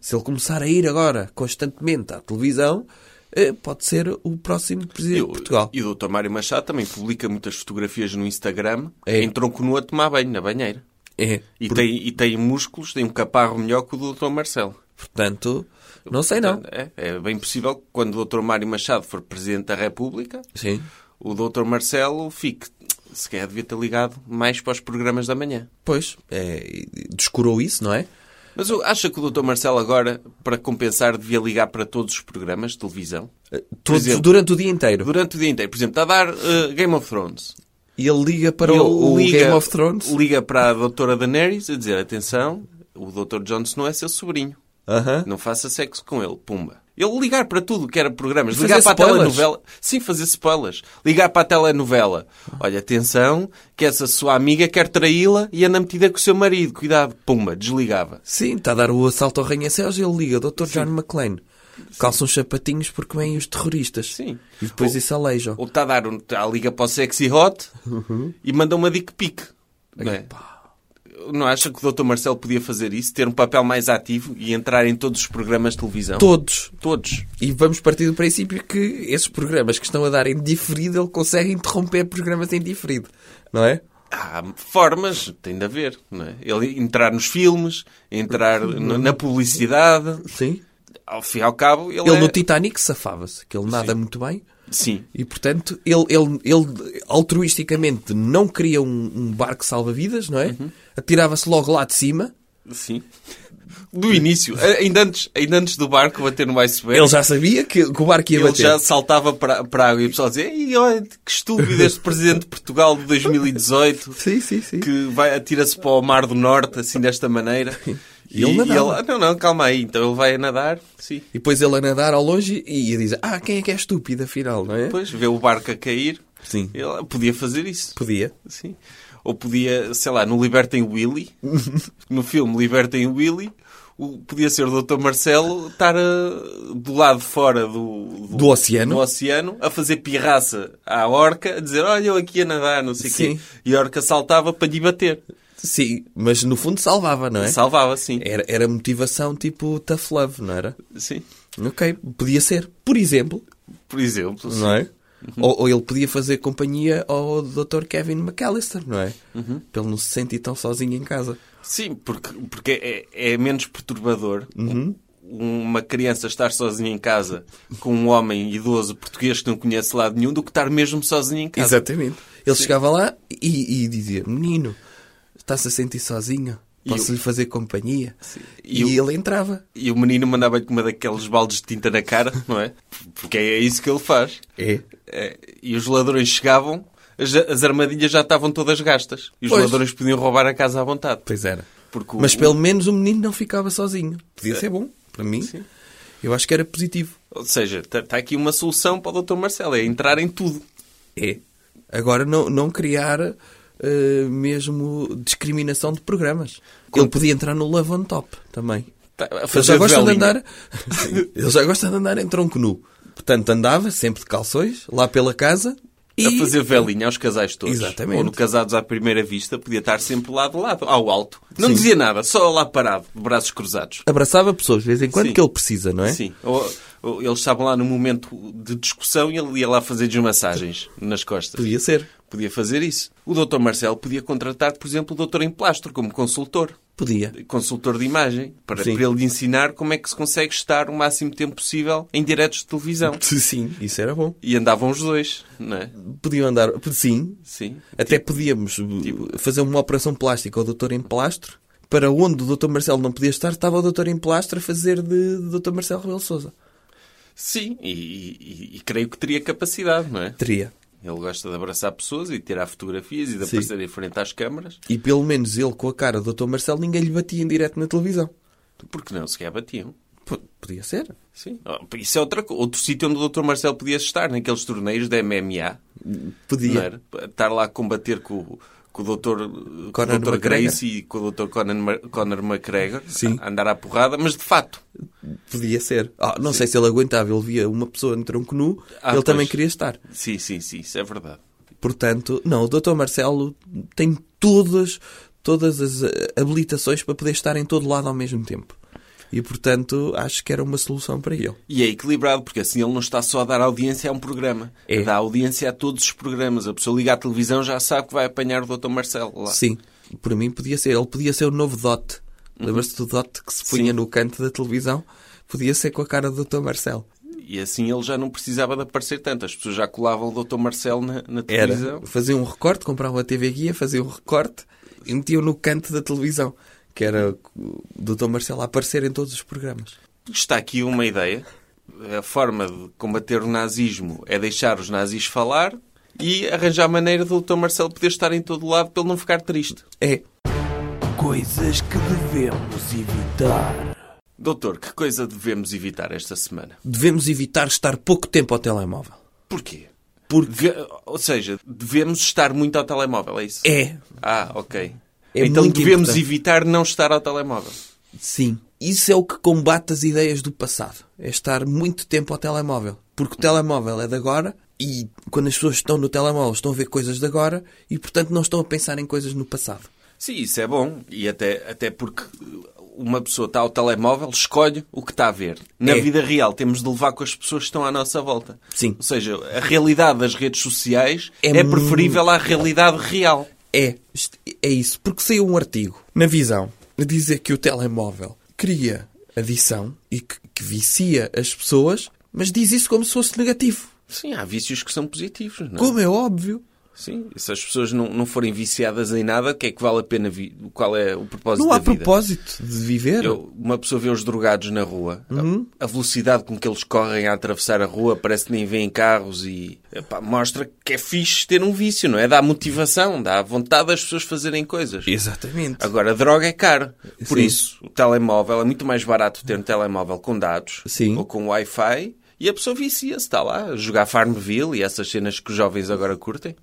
[SPEAKER 2] Se ele começar a ir agora constantemente à televisão, eh, pode ser o próximo Presidente
[SPEAKER 3] E o,
[SPEAKER 2] de Portugal.
[SPEAKER 3] e o Dr. Mário Machado também publica muitas fotografias no Instagram
[SPEAKER 2] É.
[SPEAKER 3] em tronco nu a tomar banho, na banheira.
[SPEAKER 2] É.
[SPEAKER 3] E, tem, e tem músculos, tem um caparro melhor que o do Dr. Marcelo.
[SPEAKER 2] Portanto, não sei não.
[SPEAKER 3] É, é bem possível que quando o Dr. Mário Machado for Presidente da República,
[SPEAKER 2] Sim.
[SPEAKER 3] o Dr. Marcelo fique. Se calhar devia ter ligado mais para os programas da manhã.
[SPEAKER 2] Pois, eh, descurou isso, não é?
[SPEAKER 3] Mas eu- acha que o Dr. Marcelo agora, para compensar, devia ligar para todos os programas de televisão?
[SPEAKER 2] Eh, Todos,
[SPEAKER 3] exemplo,
[SPEAKER 2] durante o dia inteiro.
[SPEAKER 3] Durante o dia inteiro. Por exemplo, está a dar eh, Game of Thrones.
[SPEAKER 2] E ele liga para
[SPEAKER 3] Ele
[SPEAKER 2] o, o Game of Thrones.
[SPEAKER 3] Liga para a doutora Daenerys a dizer, atenção, o doutor Jon Snow é seu sobrinho.
[SPEAKER 2] Aham.
[SPEAKER 3] Não faça sexo com ele, pumba. Ele ligar para tudo que era programas.
[SPEAKER 2] Fazer
[SPEAKER 3] ligar para
[SPEAKER 2] spoilers.
[SPEAKER 3] a telenovela. Sim, fazer spoilers. Ligar para a telenovela. Olha, atenção, que essa sua amiga quer traí-la e anda metida com o seu marido. Cuidado, pumba, desligava.
[SPEAKER 2] Sim, está a dar o assalto ao Ranha-Céus e ele liga, Dr. John McClane. Calça uns sapatinhos porque vêm os terroristas.
[SPEAKER 3] Sim.
[SPEAKER 2] E depois isso aleijam.
[SPEAKER 3] Ou está a dar um, tá a liga para o sexy hot
[SPEAKER 2] Uhum.
[SPEAKER 3] e manda uma dick pic. Não, é? não acha que o Dr. Marcelo podia fazer isso? Ter um papel mais ativo e entrar em todos os programas de televisão?
[SPEAKER 2] Todos.
[SPEAKER 3] Todos.
[SPEAKER 2] E vamos partir do princípio que esses programas que estão a dar em diferido, ele consegue interromper programas em diferido. Não é?
[SPEAKER 3] Há formas, tem de haver. Não é? Ele entrar nos filmes, entrar
[SPEAKER 2] Uhum.
[SPEAKER 3] no- na publicidade.
[SPEAKER 2] Sim.
[SPEAKER 3] Ao fim e ao cabo, ele,
[SPEAKER 2] Ele
[SPEAKER 3] é...
[SPEAKER 2] no Titanic safava-se, que ele nada muito bem.
[SPEAKER 3] Sim.
[SPEAKER 2] E, portanto, ele, ele, ele altruisticamente não queria um, um barco salva-vidas, não é?
[SPEAKER 3] Uhum.
[SPEAKER 2] Atirava-se logo lá de cima.
[SPEAKER 3] Sim. Do início. A- Ainda antes, ainda antes do barco bater no iceberg.
[SPEAKER 2] Ele já sabia que que o barco ia
[SPEAKER 3] É. Ele
[SPEAKER 2] bater.
[SPEAKER 3] já saltava para, para a água e o pessoal dizia "Ei, olha, que estúpido este Presidente de Portugal de 2018
[SPEAKER 2] Sim, sim, sim.
[SPEAKER 3] que vai atira-se para o Mar do Norte assim desta maneira.
[SPEAKER 2] E ele nadava.
[SPEAKER 3] "Ah, Não, não, calma aí. Então ele vai a nadar, sim.
[SPEAKER 2] E depois ele a nadar ao longe e ia dizer: Ah, quem é que é estúpido, afinal, não é?
[SPEAKER 3] Depois vê o barco a cair.
[SPEAKER 2] Sim.
[SPEAKER 3] Ele podia fazer isso.
[SPEAKER 2] Podia.
[SPEAKER 3] Sim. Ou podia, sei lá, no Libertem o Willy, no filme Libertem o Willy, o- podia ser o Dr. Marcelo estar a- do lado de fora do,
[SPEAKER 2] Do oceano.
[SPEAKER 3] do oceano, a fazer pirraça à orca, a dizer, olha eu aqui a nadar, não sei o quê.
[SPEAKER 2] Sim.
[SPEAKER 3] E a orca saltava para lhe bater.
[SPEAKER 2] Sim, mas no fundo salvava, não é?
[SPEAKER 3] Salvava, sim.
[SPEAKER 2] Era, era motivação tipo tough love, não era?
[SPEAKER 3] Sim.
[SPEAKER 2] Ok, podia ser. Por exemplo,
[SPEAKER 3] Por exemplo. sim. Uhum.
[SPEAKER 2] não é? Ou, ou ele podia fazer companhia ao Dr. Kevin McAllister, não é?
[SPEAKER 3] Uhum.
[SPEAKER 2] Para ele não se sentir tão sozinho em casa.
[SPEAKER 3] Sim, porque, porque é, é menos perturbador
[SPEAKER 2] Uhum.
[SPEAKER 3] uma criança estar sozinha em casa com um homem idoso português que não conhece lado nenhum do que estar mesmo sozinha em casa.
[SPEAKER 2] Exatamente. Tá? Ele chegava lá e, e dizia: Menino, está-se a sentir sozinho?
[SPEAKER 3] E eu-
[SPEAKER 2] Posso-lhe fazer companhia?
[SPEAKER 3] E
[SPEAKER 2] E,
[SPEAKER 3] eu-
[SPEAKER 2] ele entrava.
[SPEAKER 3] E o menino mandava-lhe com uma daqueles baldes de tinta na cara, não é? Porque é isso que ele faz.
[SPEAKER 2] É.
[SPEAKER 3] É, E os ladrões chegavam, as, as armadilhas já estavam todas gastas. E os
[SPEAKER 2] Pois.
[SPEAKER 3] ladrões podiam roubar a casa à vontade.
[SPEAKER 2] Pois era.
[SPEAKER 3] Porque o-
[SPEAKER 2] Mas pelo menos o menino não ficava sozinho. Podia
[SPEAKER 3] É.
[SPEAKER 2] ser bom, para mim. Eu acho que era positivo.
[SPEAKER 3] Ou seja, está aqui uma solução para o Dr. Marcelo, é entrar em tudo.
[SPEAKER 2] É. Agora, não, não criar eh, mesmo discriminação de programas. Ele podia entrar no Love on Top também.
[SPEAKER 3] Tá, a
[SPEAKER 2] Ele já
[SPEAKER 3] fazer
[SPEAKER 2] gosta de
[SPEAKER 3] velinha.
[SPEAKER 2] andar. Sim, Ele já gosta de andar em tronco nu. Portanto, andava sempre de calções, lá pela casa. E...
[SPEAKER 3] a fazer velinha aos casais todos.
[SPEAKER 2] Exatamente.
[SPEAKER 3] Ou no Casados à Primeira Vista, podia estar sempre lá de lado, ao alto. Não dizia nada, só lá parado, de braços cruzados.
[SPEAKER 2] Abraçava pessoas de vez em quando
[SPEAKER 3] Sim.
[SPEAKER 2] que ele precisa, não é?
[SPEAKER 3] Sim. Ou, ou eles estavam lá no momento de discussão e ele ia lá fazer desmassagens nas costas.
[SPEAKER 2] Podia ser.
[SPEAKER 3] Podia fazer isso. O Dr. Marcelo podia contratar, por exemplo, o doutor em plastro como consultor.
[SPEAKER 2] Podia.
[SPEAKER 3] Consultor de imagem, para, para
[SPEAKER 2] Sim.
[SPEAKER 3] ele lhe ensinar como é que se consegue estar o máximo tempo possível em diretos de televisão.
[SPEAKER 2] Sim, isso era bom.
[SPEAKER 3] E andavam os dois, não é?
[SPEAKER 2] Podiam andar. Sim,
[SPEAKER 3] Sim.
[SPEAKER 2] Até podíamos uh, fazer uma operação plástica ao doutor em plastro, para onde o doutor Marcelo não podia estar, estava o doutor em plastro a fazer de doutor Marcelo Rebelo Souza.
[SPEAKER 3] Sim, e, e- e creio que teria capacidade, não é?
[SPEAKER 2] Teria.
[SPEAKER 3] Ele gosta de abraçar pessoas e tirar fotografias e de
[SPEAKER 2] Sim.
[SPEAKER 3] aparecer em frente às câmaras.
[SPEAKER 2] E pelo menos ele com a cara do Dr. Marcelo ninguém lhe batia em direto na televisão.
[SPEAKER 3] Porque não sequer batiam.
[SPEAKER 2] P- podia ser.
[SPEAKER 3] Sim. Oh, Isso é outra, co- outro sítio onde o Dr. Marcelo podia estar, naqueles torneios da MMA. Não
[SPEAKER 2] Podia.
[SPEAKER 3] era? Estar lá a combater com, o- com o Dr. Com
[SPEAKER 2] Conor
[SPEAKER 3] o Dr.
[SPEAKER 2] McGregor.
[SPEAKER 3] Gracie e com o Dr. Conan Ma- Conor McGregor.
[SPEAKER 2] Sim.
[SPEAKER 3] A andar à porrada, mas de fato.
[SPEAKER 2] Podia ser. Ah, não sei se ele aguentava. Ele via uma pessoa no tronco nu.
[SPEAKER 3] Ah,
[SPEAKER 2] ele
[SPEAKER 3] pois.
[SPEAKER 2] também queria estar.
[SPEAKER 3] Sim, sim, sim. Isso é verdade.
[SPEAKER 2] Portanto, não, o Dr. Marcelo tem todas, todas as eh, habilitações para poder estar em todo lado ao mesmo tempo. E, portanto, acho que era uma solução para ele.
[SPEAKER 3] E é equilibrado, porque assim ele não está só a dar audiência a um programa.
[SPEAKER 2] É.
[SPEAKER 3] Dá audiência a todos os programas. A pessoa liga à televisão já sabe que vai apanhar o Dr. Marcelo lá.
[SPEAKER 2] Sim, por mim podia ser. Ele podia ser o novo Dot. Lembra-se do Dot que se
[SPEAKER 3] Sim.
[SPEAKER 2] punha no canto da televisão? Podia ser com a cara do Dr. Marcelo.
[SPEAKER 3] E assim ele já não precisava de aparecer tanto. As pessoas já colavam o Dr. Marcelo na, na televisão.
[SPEAKER 2] Era. Fazia um recorte, comprava uma TV Guia, fazia um recorte e metia no canto da televisão. Que era o Dr. Marcelo a aparecer em todos os programas.
[SPEAKER 3] Está aqui uma ideia. A forma de combater o nazismo é deixar os nazis falar e arranjar maneira do Dr. Marcelo poder estar em todo lado para ele não ficar triste.
[SPEAKER 2] É.
[SPEAKER 1] Coisas que devemos evitar.
[SPEAKER 3] Doutor, que coisa devemos evitar esta semana?
[SPEAKER 2] Devemos evitar estar pouco tempo ao telemóvel.
[SPEAKER 3] Porquê?
[SPEAKER 2] Porque
[SPEAKER 3] Deve- Ou seja, devemos estar muito ao telemóvel, é isso?
[SPEAKER 2] é.
[SPEAKER 3] Ah, ok.
[SPEAKER 2] É
[SPEAKER 3] então
[SPEAKER 2] muito
[SPEAKER 3] devemos
[SPEAKER 2] importante.
[SPEAKER 3] evitar não estar ao telemóvel.
[SPEAKER 2] Sim. Isso é o que combate as ideias do passado. É estar muito tempo ao telemóvel. Porque o telemóvel é de agora e quando as pessoas estão no telemóvel estão a ver coisas de agora e, portanto, não estão a pensar em coisas no passado.
[SPEAKER 3] Sim, isso é bom. E até, até porque uma pessoa está ao telemóvel, escolhe o que está a ver. Na
[SPEAKER 2] É.
[SPEAKER 3] vida real, temos de levar com as pessoas que estão à nossa volta.
[SPEAKER 2] Sim.
[SPEAKER 3] Ou seja, a realidade das redes sociais
[SPEAKER 2] É
[SPEAKER 3] é, preferível à realidade real.
[SPEAKER 2] É, isto- é isso. Porque saiu um artigo na visão a dizer que o telemóvel cria adição e que, que vicia as pessoas, mas diz isso como se fosse negativo.
[SPEAKER 3] Sim, há vícios que são positivos, não é?
[SPEAKER 2] Como é óbvio.
[SPEAKER 3] Sim, se as pessoas não, não forem viciadas em nada, o que é que vale a pena? Vi... Qual é o propósito
[SPEAKER 2] Não há
[SPEAKER 3] da vida?
[SPEAKER 2] propósito de viver.
[SPEAKER 3] Eu- uma pessoa vê os drogados na rua, a- a, velocidade com que eles correm a atravessar a rua, parece que nem vêem carros e epá, mostra que é fixe ter um vício, não é? Dá motivação, dá vontade das pessoas fazerem coisas.
[SPEAKER 2] Exatamente.
[SPEAKER 3] Agora, a droga é cara. Por
[SPEAKER 2] Sim.
[SPEAKER 3] isso, o telemóvel, é muito mais barato ter um telemóvel com dados
[SPEAKER 2] Sim.
[SPEAKER 3] ou com Wi-Fi e a pessoa vicia-se, está lá, a jogar Farmville e essas cenas que os jovens agora curtem.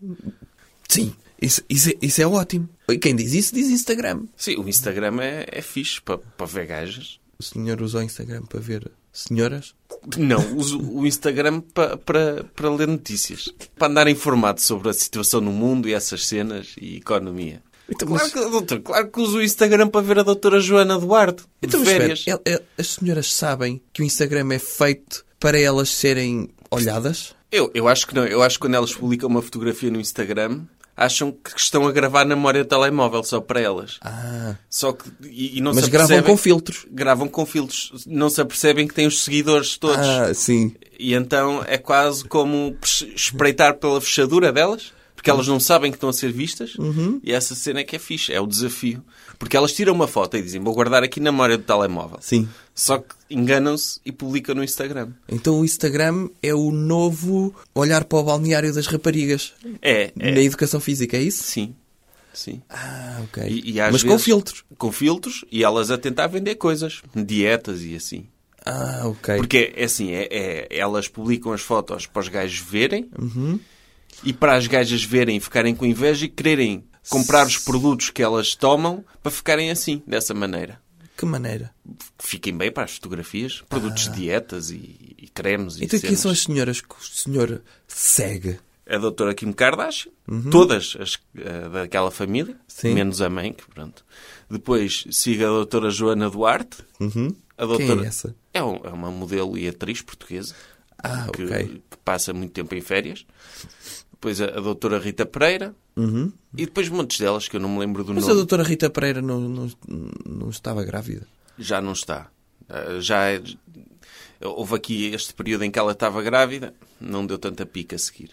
[SPEAKER 2] Sim, isso, isso, é- isso é ótimo. E quem diz isso diz Instagram.
[SPEAKER 3] Sim, o Instagram é, é fixe para, para ver gajas.
[SPEAKER 2] O senhor usou Instagram para ver senhoras?
[SPEAKER 3] Não, uso o Instagram para, para, para ler notícias. Para andar informado sobre a situação no mundo e essas cenas e economia.
[SPEAKER 2] Então,
[SPEAKER 3] claro,
[SPEAKER 2] mas-
[SPEAKER 3] que, doutor, claro que uso o Instagram para ver a doutora Joana Duarte. de
[SPEAKER 2] Então, mas espera,
[SPEAKER 3] férias.
[SPEAKER 2] el- el- as senhoras sabem que o Instagram é feito para elas serem olhadas?
[SPEAKER 3] Eu, eu acho que não. Eu acho que quando elas publicam uma fotografia no Instagram, acham que estão a gravar na memória do telemóvel só para elas.
[SPEAKER 2] Ah,
[SPEAKER 3] Só que, e, e não
[SPEAKER 2] mas
[SPEAKER 3] se
[SPEAKER 2] gravam
[SPEAKER 3] apercebem-
[SPEAKER 2] com filtros.
[SPEAKER 3] Gravam com filtros. Não se apercebem que têm os seguidores todos.
[SPEAKER 2] Ah, sim.
[SPEAKER 3] E então é quase como pes- espreitar pela fechadura delas, porque elas não sabem que estão a ser vistas.
[SPEAKER 2] Uhum.
[SPEAKER 3] E essa cena é que é fixe, é o desafio. Porque elas tiram uma foto e dizem, vou guardar aqui na memória do telemóvel.
[SPEAKER 2] Sim.
[SPEAKER 3] Só que enganam-se e publicam no Instagram.
[SPEAKER 2] Então o Instagram é o novo olhar para o balneário das raparigas
[SPEAKER 3] É,
[SPEAKER 2] na
[SPEAKER 3] é.
[SPEAKER 2] educação física, é isso?
[SPEAKER 3] Sim, sim.
[SPEAKER 2] Ah, ok.
[SPEAKER 3] E- e às
[SPEAKER 2] mas com
[SPEAKER 3] vezes-
[SPEAKER 2] filtros.
[SPEAKER 3] Com filtros e elas a tentar vender coisas, dietas e assim.
[SPEAKER 2] Ah, ok.
[SPEAKER 3] Porque é assim, é, é- elas publicam as fotos para os gajos verem e para as gajas verem e ficarem com inveja e quererem comprar os produtos que elas tomam para ficarem assim, dessa maneira.
[SPEAKER 2] Que maneira.
[SPEAKER 3] Fiquem bem para as fotografias,
[SPEAKER 2] Ah.
[SPEAKER 3] produtos de dietas e, e cremes e
[SPEAKER 2] Então quem
[SPEAKER 3] cenas.
[SPEAKER 2] são as senhoras que o senhor segue?
[SPEAKER 3] A doutora Kim Kardashian, todas as eh, daquela família,
[SPEAKER 2] Uhum. Sim.
[SPEAKER 3] menos a mãe, que pronto. Depois siga a doutora Joana Duarte. A
[SPEAKER 2] Quem
[SPEAKER 3] doutora...
[SPEAKER 2] é essa?
[SPEAKER 3] É, um- é uma modelo e atriz portuguesa
[SPEAKER 2] Ah,
[SPEAKER 3] que,
[SPEAKER 2] ok.
[SPEAKER 3] que passa muito tempo em férias. Depois a, a doutora Rita Pereira. E depois montes delas que eu não me lembro do
[SPEAKER 2] Uhum. Mas a
[SPEAKER 3] nome.
[SPEAKER 2] doutora Rita Pereira não, não, não estava grávida.
[SPEAKER 3] Já não está. Ah, Já é- houve aqui este período em que ela estava grávida, não deu tanta pica a seguir.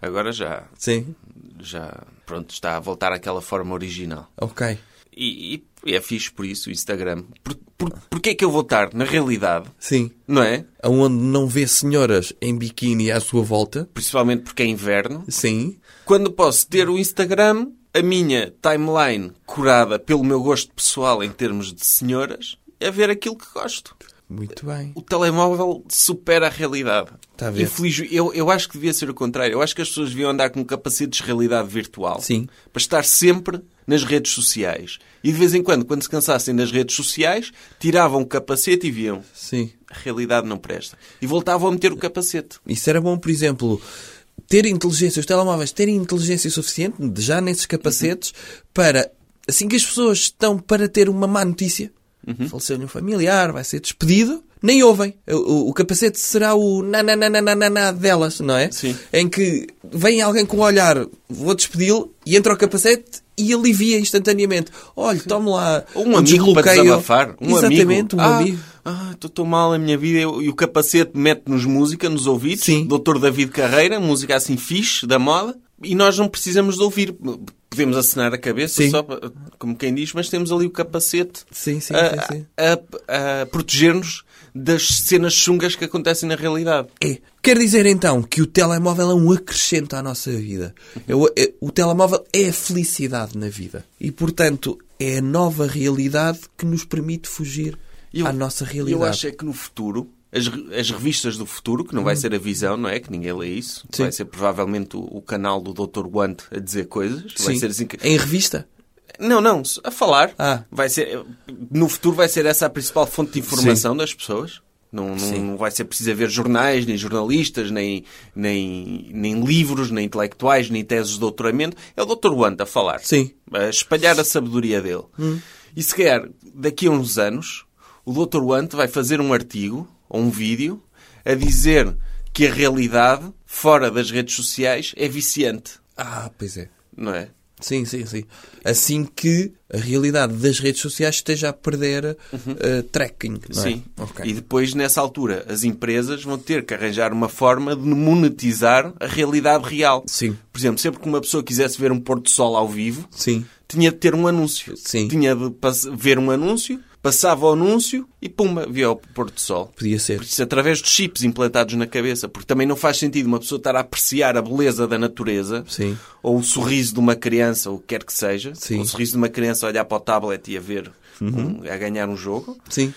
[SPEAKER 3] Agora já,
[SPEAKER 2] Sim.
[SPEAKER 3] já pronto, está a voltar àquela forma original.
[SPEAKER 2] Ok.
[SPEAKER 3] E, e- e é fixe por isso o Instagram. Por- por, porquê é que eu vou estar, na realidade,
[SPEAKER 2] Sim.
[SPEAKER 3] não é?
[SPEAKER 2] Onde não vê senhoras em biquíni à sua volta.
[SPEAKER 3] Principalmente porque é inverno.
[SPEAKER 2] Sim.
[SPEAKER 3] Quando posso ter o Instagram, a minha timeline curada pelo meu gosto pessoal em termos de senhoras, a ver aquilo que gosto.
[SPEAKER 2] Muito bem.
[SPEAKER 3] O telemóvel supera a realidade.
[SPEAKER 2] Tá a ver.
[SPEAKER 3] Infeliz- eu, eu acho que devia ser o contrário. Eu acho que as pessoas deviam andar com capacetes de realidade virtual.
[SPEAKER 2] Sim.
[SPEAKER 3] Para estar sempre nas redes sociais. E de vez em quando, quando se cansassem das redes sociais, tiravam o capacete e viam.
[SPEAKER 2] Sim.
[SPEAKER 3] A realidade não presta. E voltavam a meter o capacete.
[SPEAKER 2] Isso era bom, por exemplo, ter inteligência, os telemóveis terem inteligência suficiente, já nesses capacetes, para, assim que as pessoas estão para ter uma má notícia,
[SPEAKER 3] Uhum.
[SPEAKER 2] faleceu-lhe um familiar, vai ser despedido, nem ouvem. O, o- o capacete será o nananana delas, não é?
[SPEAKER 3] Sim.
[SPEAKER 2] Em que vem alguém com o olhar, vou despedi-lo, e entra o capacete e alivia instantaneamente. Olha, tome lá.
[SPEAKER 3] Ou um amigo para
[SPEAKER 2] desbloqueio.
[SPEAKER 3] desabafar. Um
[SPEAKER 2] Exatamente,
[SPEAKER 3] amigo.
[SPEAKER 2] um
[SPEAKER 3] ah,
[SPEAKER 2] amigo.
[SPEAKER 3] Ah, estou tão mal a minha vida. E o capacete mete-nos música nos ouvidos.
[SPEAKER 2] Sim.
[SPEAKER 3] Doutor David Carreira, música assim fixe, da moda. E nós não precisamos de ouvir. Podemos acenar a cabeça,
[SPEAKER 2] Sim.
[SPEAKER 3] só pa- como quem diz, mas temos ali o capacete
[SPEAKER 2] Sim, sim,
[SPEAKER 3] a,
[SPEAKER 2] sim, sim.
[SPEAKER 3] a- a proteger-nos das cenas chungas que acontecem na realidade.
[SPEAKER 2] É. Quer dizer então que o telemóvel é um acrescento à nossa vida. É o, é- o telemóvel é a felicidade na vida. E portanto é a nova realidade que nos permite fugir
[SPEAKER 3] Eu-
[SPEAKER 2] à nossa realidade.
[SPEAKER 3] Eu acho é que no futuro, as, re- as revistas do futuro, que não vai ser a visão, não é? Que ninguém lê isso.
[SPEAKER 2] Uhum. Sim.
[SPEAKER 3] Vai ser provavelmente o, o canal do Dr. Want a dizer coisas. Vai
[SPEAKER 2] Sim.
[SPEAKER 3] ser assim que...
[SPEAKER 2] Em revista?
[SPEAKER 3] Não, não, s- a falar.
[SPEAKER 2] Ah.
[SPEAKER 3] Vai ser, eh, no futuro vai ser essa a principal fonte de informação das pessoas. Não, não-
[SPEAKER 2] Sim.
[SPEAKER 3] não vai ser preciso haver jornais, nem jornalistas, nem, nem, nem livros, nem intelectuais, nem teses de doutoramento. É o Dr. Want a falar.
[SPEAKER 2] Sim. Hum.
[SPEAKER 3] A espalhar a sabedoria dele. E se calhar, daqui a uns anos, o Dr. Want vai fazer um artigo ou um vídeo a dizer que a realidade fora das redes sociais é viciante.
[SPEAKER 2] Ah, pois é.
[SPEAKER 3] Não é?
[SPEAKER 2] Sim, sim, sim. Assim que a realidade das redes sociais esteja a perder eh, tracking. não é?
[SPEAKER 3] Uhum. Sim.
[SPEAKER 2] Ok.
[SPEAKER 3] E depois, nessa altura, as empresas vão ter que arranjar uma forma de monetizar a realidade real.
[SPEAKER 2] Sim.
[SPEAKER 3] Por exemplo, sempre que uma pessoa quisesse ver um pôr do sol ao vivo,
[SPEAKER 2] Sim.
[SPEAKER 3] tinha de ter um anúncio.
[SPEAKER 2] Sim.
[SPEAKER 3] Tinha de pass- ver um anúncio, passava o anúncio e pumba, via o pôr do sol.
[SPEAKER 2] Podia ser.
[SPEAKER 3] Por isso, através dos chips implantados na cabeça, porque também não faz sentido uma pessoa estar a apreciar a beleza da natureza,
[SPEAKER 2] Sim.
[SPEAKER 3] ou o sorriso de uma criança, ou o que quer que seja,
[SPEAKER 2] Sim. Uhum.
[SPEAKER 3] ou o sorriso de uma criança a olhar para o tablet e a ver, um- a ganhar um jogo,
[SPEAKER 2] Sim.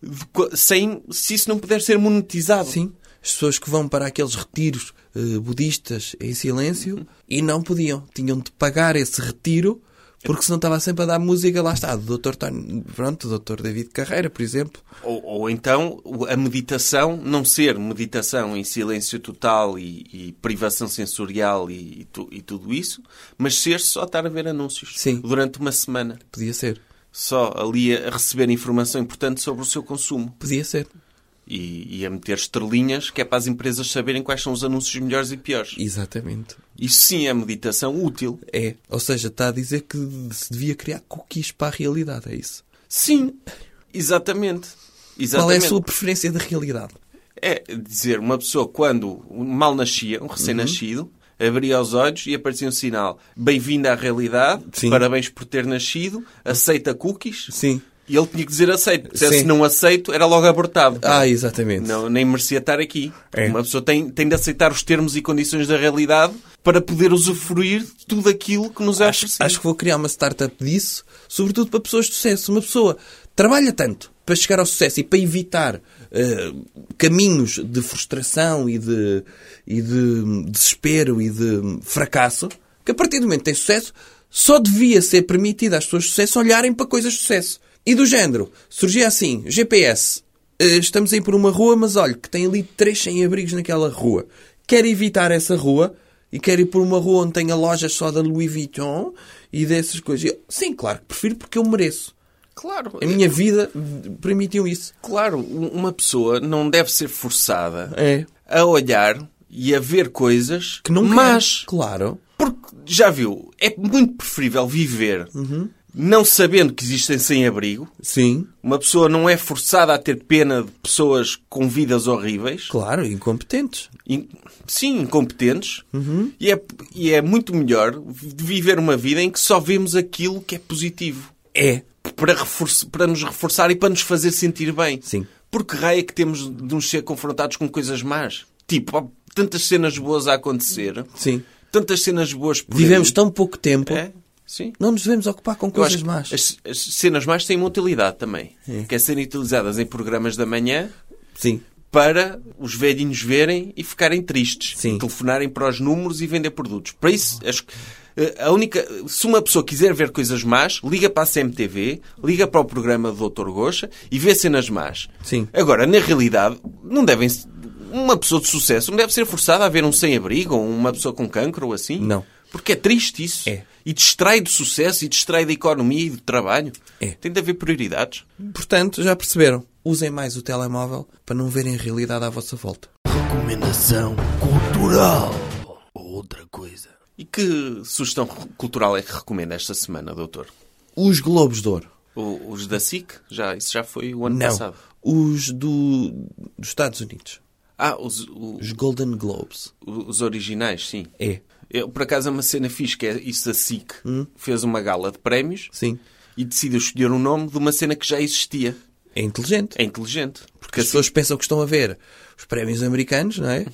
[SPEAKER 3] de co- sem, se isso não puder ser monetizado.
[SPEAKER 2] Sim. As pessoas que vão para aqueles retiros eh, budistas em silêncio e não podiam. Tinham de pagar esse retiro porque senão estava sempre a dar música. Lá está, do Dr. Tony, pronto, do Dr. David Carreira, por exemplo.
[SPEAKER 3] Ou, ou então o- a meditação não ser meditação em silêncio total e, e privação sensorial e, e tu- e tudo isso, mas ser só estar a ver anúncios
[SPEAKER 2] Sim.
[SPEAKER 3] durante uma semana.
[SPEAKER 2] Podia ser.
[SPEAKER 3] Só ali a a receber informação importante sobre o seu consumo
[SPEAKER 2] Podia ser.
[SPEAKER 3] e, e a meter estrelinhas que é para as empresas saberem quais são os anúncios melhores e piores.
[SPEAKER 2] Exatamente.
[SPEAKER 3] Isso sim é meditação útil.
[SPEAKER 2] É. Ou seja, está a dizer que se devia criar cookies para a realidade, é isso.
[SPEAKER 3] Sim, exatamente.
[SPEAKER 2] Qual é a
[SPEAKER 3] exatamente.
[SPEAKER 2] sua preferência de realidade?
[SPEAKER 3] É dizer, uma pessoa quando mal nascia, um recém-nascido, abria os olhos e aparecia um sinal. Bem-vindo à realidade,
[SPEAKER 2] Sim.
[SPEAKER 3] parabéns por ter nascido, aceita cookies.
[SPEAKER 2] Sim.
[SPEAKER 3] E ele tinha que dizer aceito.
[SPEAKER 2] Sim.
[SPEAKER 3] Se não aceito, era logo abortado.
[SPEAKER 2] Ah, exatamente.
[SPEAKER 3] Não, nem merecia estar aqui.
[SPEAKER 2] É.
[SPEAKER 3] Uma pessoa tem, tem de aceitar os termos e condições da realidade para poder usufruir de tudo aquilo que nos é oferecido.
[SPEAKER 2] Acho que vou criar uma startup disso, sobretudo para pessoas de sucesso. Uma pessoa trabalha tanto para chegar ao sucesso e para evitar eh, caminhos de frustração e de, e de desespero e de fracasso, que a partir do momento que tem sucesso, só devia ser permitido às pessoas de sucesso olharem para coisas de sucesso. E do género, surgia assim, GPS, eh, estamos aí por uma rua, mas olha, que tem ali três sem-abrigos naquela rua. Quer evitar essa rua, e quero ir por uma rua onde tenha lojas só da Louis Vuitton e dessas coisas. E eu, sim, claro que prefiro porque eu mereço.
[SPEAKER 3] Claro,
[SPEAKER 2] A minha vida permitiu isso.
[SPEAKER 3] Claro, u- uma pessoa não deve ser forçada
[SPEAKER 2] É.
[SPEAKER 3] a olhar e a ver coisas
[SPEAKER 2] Que não quero.
[SPEAKER 3] mas
[SPEAKER 2] Claro.
[SPEAKER 3] porque já viu, é muito preferível viver não sabendo que existem sem abrigo.
[SPEAKER 2] Sim.
[SPEAKER 3] Uma pessoa não é forçada a ter pena de pessoas com vidas horríveis,
[SPEAKER 2] Claro, incompetentes.
[SPEAKER 3] in- sim, incompetentes, e, é, e é muito melhor vi- viver uma vida em que só vemos aquilo que é positivo.
[SPEAKER 2] É.
[SPEAKER 3] para, reforço- para nos reforçar e para nos fazer sentir bem.
[SPEAKER 2] Sim.
[SPEAKER 3] Porque raio é que temos de nos ser confrontados com coisas más? Tipo, há tantas cenas boas a acontecer.
[SPEAKER 2] Sim.
[SPEAKER 3] Tantas cenas boas por
[SPEAKER 2] Vivemos
[SPEAKER 3] aí.
[SPEAKER 2] tão pouco tempo,
[SPEAKER 3] É? Sim.
[SPEAKER 2] não nos devemos ocupar com
[SPEAKER 3] Eu acho
[SPEAKER 2] coisas
[SPEAKER 3] que
[SPEAKER 2] más.
[SPEAKER 3] As, as cenas más têm uma utilidade também. Que é serem utilizadas em programas da manhã
[SPEAKER 2] Sim.
[SPEAKER 3] para os velhinhos verem e ficarem tristes.
[SPEAKER 2] Sim.
[SPEAKER 3] E telefonarem para os números e vender produtos. Para isso, acho que, eh, a única, se uma pessoa quiser ver coisas más, liga para a CMTV, liga para o programa do Dr. Gocha e vê cenas más.
[SPEAKER 2] Sim.
[SPEAKER 3] Agora, na realidade, não devem uma pessoa de sucesso não deve ser forçada a ver um sem-abrigo ou uma pessoa com cancro ou assim.
[SPEAKER 2] Não.
[SPEAKER 3] Porque é triste isso.
[SPEAKER 2] É.
[SPEAKER 3] E distrai do sucesso e distrai da economia e do trabalho.
[SPEAKER 2] É.
[SPEAKER 3] Tem de haver prioridades.
[SPEAKER 2] Portanto, já perceberam. Usem mais o telemóvel para não verem a realidade à vossa volta.
[SPEAKER 1] Recomendação cultural. Ou outra coisa.
[SPEAKER 3] E que sugestão cultural é que recomenda esta semana, doutor?
[SPEAKER 2] Os Globos de Ouro.
[SPEAKER 3] O- Os da SIC? Já, isso já foi o ano
[SPEAKER 2] Não.
[SPEAKER 3] passado.
[SPEAKER 2] Os do, dos Estados Unidos.
[SPEAKER 3] Ah, os, o-
[SPEAKER 2] Os Golden Globes.
[SPEAKER 3] os originais, sim.
[SPEAKER 2] É.
[SPEAKER 3] Eu, por acaso é uma cena fixe, que é isso da SIC. Fez uma gala de prémios
[SPEAKER 2] Hum? Sim.
[SPEAKER 3] e decidiu escolher um nome de uma cena que já existia.
[SPEAKER 2] É inteligente.
[SPEAKER 3] É inteligente. Porque
[SPEAKER 2] Porque as
[SPEAKER 3] assim,
[SPEAKER 2] pessoas pensam que estão a ver os prémios americanos, não é?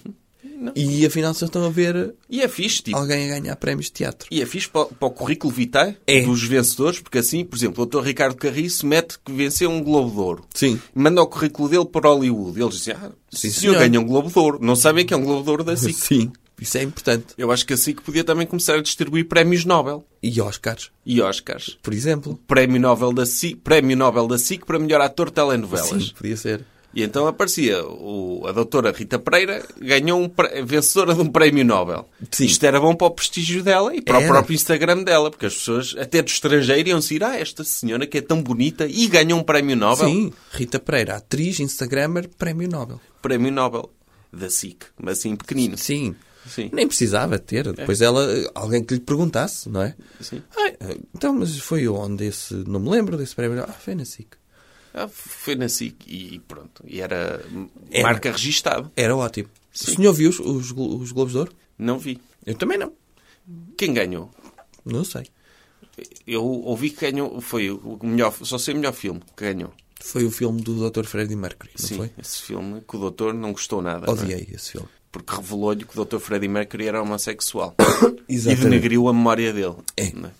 [SPEAKER 2] E afinal só estão a ver
[SPEAKER 3] E é fixe, tipo.
[SPEAKER 2] alguém a ganhar prémios de teatro.
[SPEAKER 3] E é fixe para, o- para o currículo vitae
[SPEAKER 2] É.
[SPEAKER 3] dos vencedores, porque assim, por exemplo, o Dr. Ricardo Carriço mete que venceu um Globo de Ouro.
[SPEAKER 2] Sim.
[SPEAKER 3] Manda o currículo dele para Hollywood. Eles dizem, ah,
[SPEAKER 2] Sim,
[SPEAKER 3] sim,
[SPEAKER 2] senhor.
[SPEAKER 3] senhor, ganha um Globo de Ouro. Não sabem que é um Globo de Ouro da SIC.
[SPEAKER 2] Sim. Isso é importante.
[SPEAKER 3] Eu acho que a SIC podia também começar a distribuir prémios Nobel
[SPEAKER 2] E Oscars,
[SPEAKER 3] e Oscars.
[SPEAKER 2] por exemplo.
[SPEAKER 3] Prémio Nobel da SIC, prémio Nobel da SIC para melhor ator de telenovelas.
[SPEAKER 2] Sim, podia ser.
[SPEAKER 3] E então aparecia o- a doutora Rita Pereira, ganhou um pré- vencedora de um prémio Nobel.
[SPEAKER 2] Sim.
[SPEAKER 3] Isto era bom para o prestígio dela e para
[SPEAKER 2] Era.
[SPEAKER 3] o próprio Instagram dela, porque as pessoas, até do estrangeiro, iam dizer, ah, esta senhora que é tão bonita e ganhou um prémio Nobel.
[SPEAKER 2] Sim. Rita Pereira, atriz, Instagrammer, prémio Nobel.
[SPEAKER 3] Prémio Nobel da SIC, mas assim pequenino.
[SPEAKER 2] Sim.
[SPEAKER 3] Sim. É.
[SPEAKER 2] Nem precisava ter. Depois ela, alguém que lhe perguntasse, não é?
[SPEAKER 3] Sim.
[SPEAKER 2] Ai, então, mas foi onde esse. Não me lembro desse prémio. Ah, foi na SIC.
[SPEAKER 3] Ah, foi na SIC e pronto. E era,
[SPEAKER 2] Era.
[SPEAKER 3] marca registada.
[SPEAKER 2] Era ótimo. O senhor viu os, os, Glo- os Globos de Ouro?
[SPEAKER 3] Não vi.
[SPEAKER 2] Eu também não.
[SPEAKER 3] Quem ganhou?
[SPEAKER 2] Não sei.
[SPEAKER 3] Eu ouvi que ganhou, foi o melhor, só sei o melhor filme que ganhou.
[SPEAKER 2] Foi o filme do Dr. Freddie Mercury, não
[SPEAKER 3] Sim,
[SPEAKER 2] foi?
[SPEAKER 3] esse filme que o doutor não gostou nada. não é?
[SPEAKER 2] Odiei esse filme.
[SPEAKER 3] porque revelou-lhe que o Dr. Freddie Mercury era homossexual e
[SPEAKER 2] Exatamente.
[SPEAKER 3] denegriu a memória dele.
[SPEAKER 2] É.
[SPEAKER 3] Não é?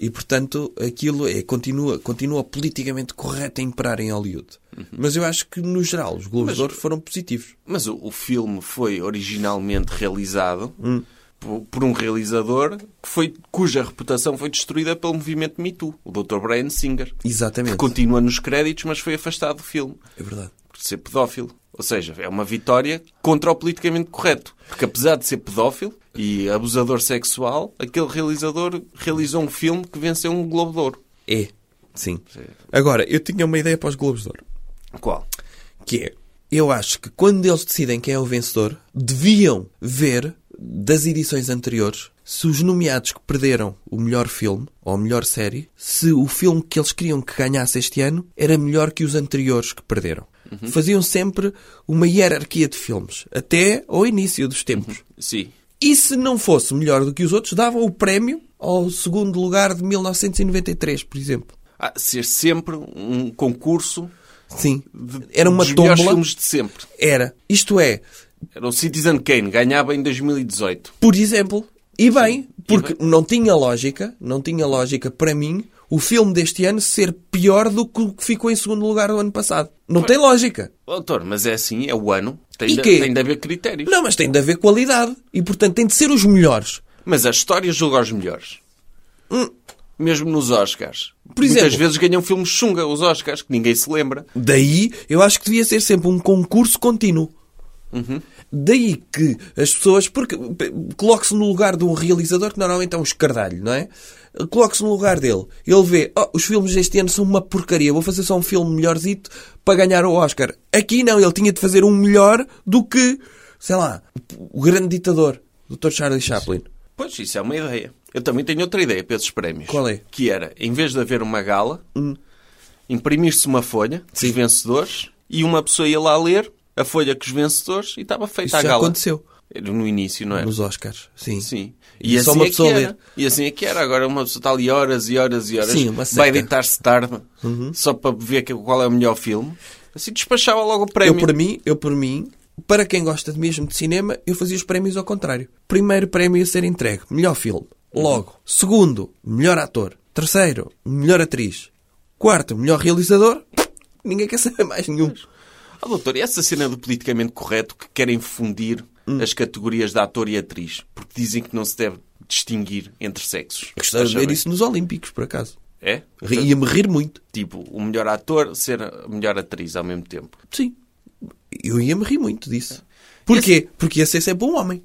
[SPEAKER 2] E, portanto, aquilo é, continua, continua politicamente correto a imperar em Hollywood.
[SPEAKER 3] Uhum.
[SPEAKER 2] Mas eu acho que, no geral, os Globos de Ouro foram positivos.
[SPEAKER 3] Mas o, o filme foi originalmente realizado
[SPEAKER 2] Hum.
[SPEAKER 3] por, por um realizador que foi, cuja reputação foi destruída pelo movimento Me Too, o Dr. Brian Singer, que
[SPEAKER 2] Exatamente.
[SPEAKER 3] continua nos créditos, mas foi afastado do filme
[SPEAKER 2] É verdade.
[SPEAKER 3] por ser pedófilo. Ou seja, é uma vitória contra o politicamente correto. Porque apesar de ser pedófilo e abusador sexual, aquele realizador realizou um filme que venceu um Globo de Ouro.
[SPEAKER 2] É. Sim. Agora, eu tinha uma ideia para os Globos de Ouro.
[SPEAKER 3] Qual?
[SPEAKER 2] que é, eu acho que quando eles decidem quem é o vencedor, deviam ver das edições anteriores se os nomeados que perderam o melhor filme ou a melhor série, se o filme que eles queriam que ganhasse este ano era melhor que os anteriores que perderam.
[SPEAKER 3] Uhum.
[SPEAKER 2] Faziam sempre uma hierarquia de filmes, até ao início dos tempos.
[SPEAKER 3] Sim.
[SPEAKER 2] E se não fosse melhor do que os outros, davam o prémio ao segundo lugar de 1993, por exemplo.
[SPEAKER 3] Ah, ser sempre um concurso
[SPEAKER 2] Sim. Era uma
[SPEAKER 3] dos melhores
[SPEAKER 2] tómbola.
[SPEAKER 3] filmes de sempre.
[SPEAKER 2] Era. Isto é,
[SPEAKER 3] Era o Citizen Kane, ganhava em 2018.
[SPEAKER 2] Por exemplo. E bem, porque não tinha lógica, não tinha lógica para mim o filme deste ano ser pior do que o que ficou em segundo lugar do ano passado. Não tem lógica.
[SPEAKER 3] Doutor, mas é assim, é o ano. Tem,
[SPEAKER 2] E
[SPEAKER 3] de,
[SPEAKER 2] quê?
[SPEAKER 3] tem de haver critérios.
[SPEAKER 2] Não, mas tem de haver qualidade. E portanto tem de ser os melhores.
[SPEAKER 3] Mas a história julga os melhores. Mesmo nos Oscars.
[SPEAKER 2] Hum. Por
[SPEAKER 3] Muitas
[SPEAKER 2] exemplo.
[SPEAKER 3] vezes ganham filmes chunga, os Oscars, que ninguém se lembra.
[SPEAKER 2] Daí eu acho que devia ser sempre um concurso contínuo. Daí que as pessoas. Porque p- coloque-se no lugar de um realizador que normalmente é um escardalho, não é? Coloque-se no lugar dele. Ele vê, "Oh, os filmes deste ano são uma porcaria, vou fazer só um filme melhorzito para ganhar o Oscar. Aqui não, ele tinha de fazer um melhor do que, sei lá, o grande ditador, Dr. Charlie Chaplin.
[SPEAKER 3] Pois, isso é uma ideia. Eu também tenho outra ideia para esses prémios.
[SPEAKER 2] Qual é? Hum.
[SPEAKER 3] Que era, em vez de haver uma gala, imprimir-se uma folha dos vencedores e uma pessoa ia lá ler a folha com os vencedores e estava feita
[SPEAKER 2] Isso
[SPEAKER 3] a
[SPEAKER 2] já
[SPEAKER 3] gala.
[SPEAKER 2] aconteceu.
[SPEAKER 3] No início, não é?
[SPEAKER 2] Nos Oscars, sim.
[SPEAKER 3] Sim.
[SPEAKER 2] E só uma
[SPEAKER 3] é que
[SPEAKER 2] pessoa
[SPEAKER 3] era.
[SPEAKER 2] ler.
[SPEAKER 3] E assim é que era. Agora uma pessoa está ali horas e horas e horas.
[SPEAKER 2] Sim, uma seca. Uhum.
[SPEAKER 3] vai deitar-se tarde só para ver que- qual é o melhor filme. Assim despachava logo o prémio.
[SPEAKER 2] Eu por mim, eu por mim, para quem gosta de mesmo de cinema, eu fazia os prémios ao contrário. Primeiro prémio a ser entregue, melhor filme,
[SPEAKER 3] Uhum.
[SPEAKER 2] logo. Segundo, melhor ator. Terceiro, melhor atriz. Quarto, melhor realizador. Ninguém quer saber mais nenhum.
[SPEAKER 3] Ah, doutor, e essa cena do politicamente correto que querem fundir
[SPEAKER 2] Hum.
[SPEAKER 3] as categorias de ator e atriz? Porque dizem que não se deve distinguir entre sexos.
[SPEAKER 2] Gostava de
[SPEAKER 3] Acha
[SPEAKER 2] é ver
[SPEAKER 3] bem?
[SPEAKER 2] isso nos Olímpicos, por acaso.
[SPEAKER 3] É?
[SPEAKER 2] Ia-me rir muito.
[SPEAKER 3] Tipo, o melhor ator ser a melhor atriz ao mesmo tempo.
[SPEAKER 2] Sim. Eu ia-me rir muito disso.
[SPEAKER 3] É.
[SPEAKER 2] Porquê? Porque ia ser sempre um homem.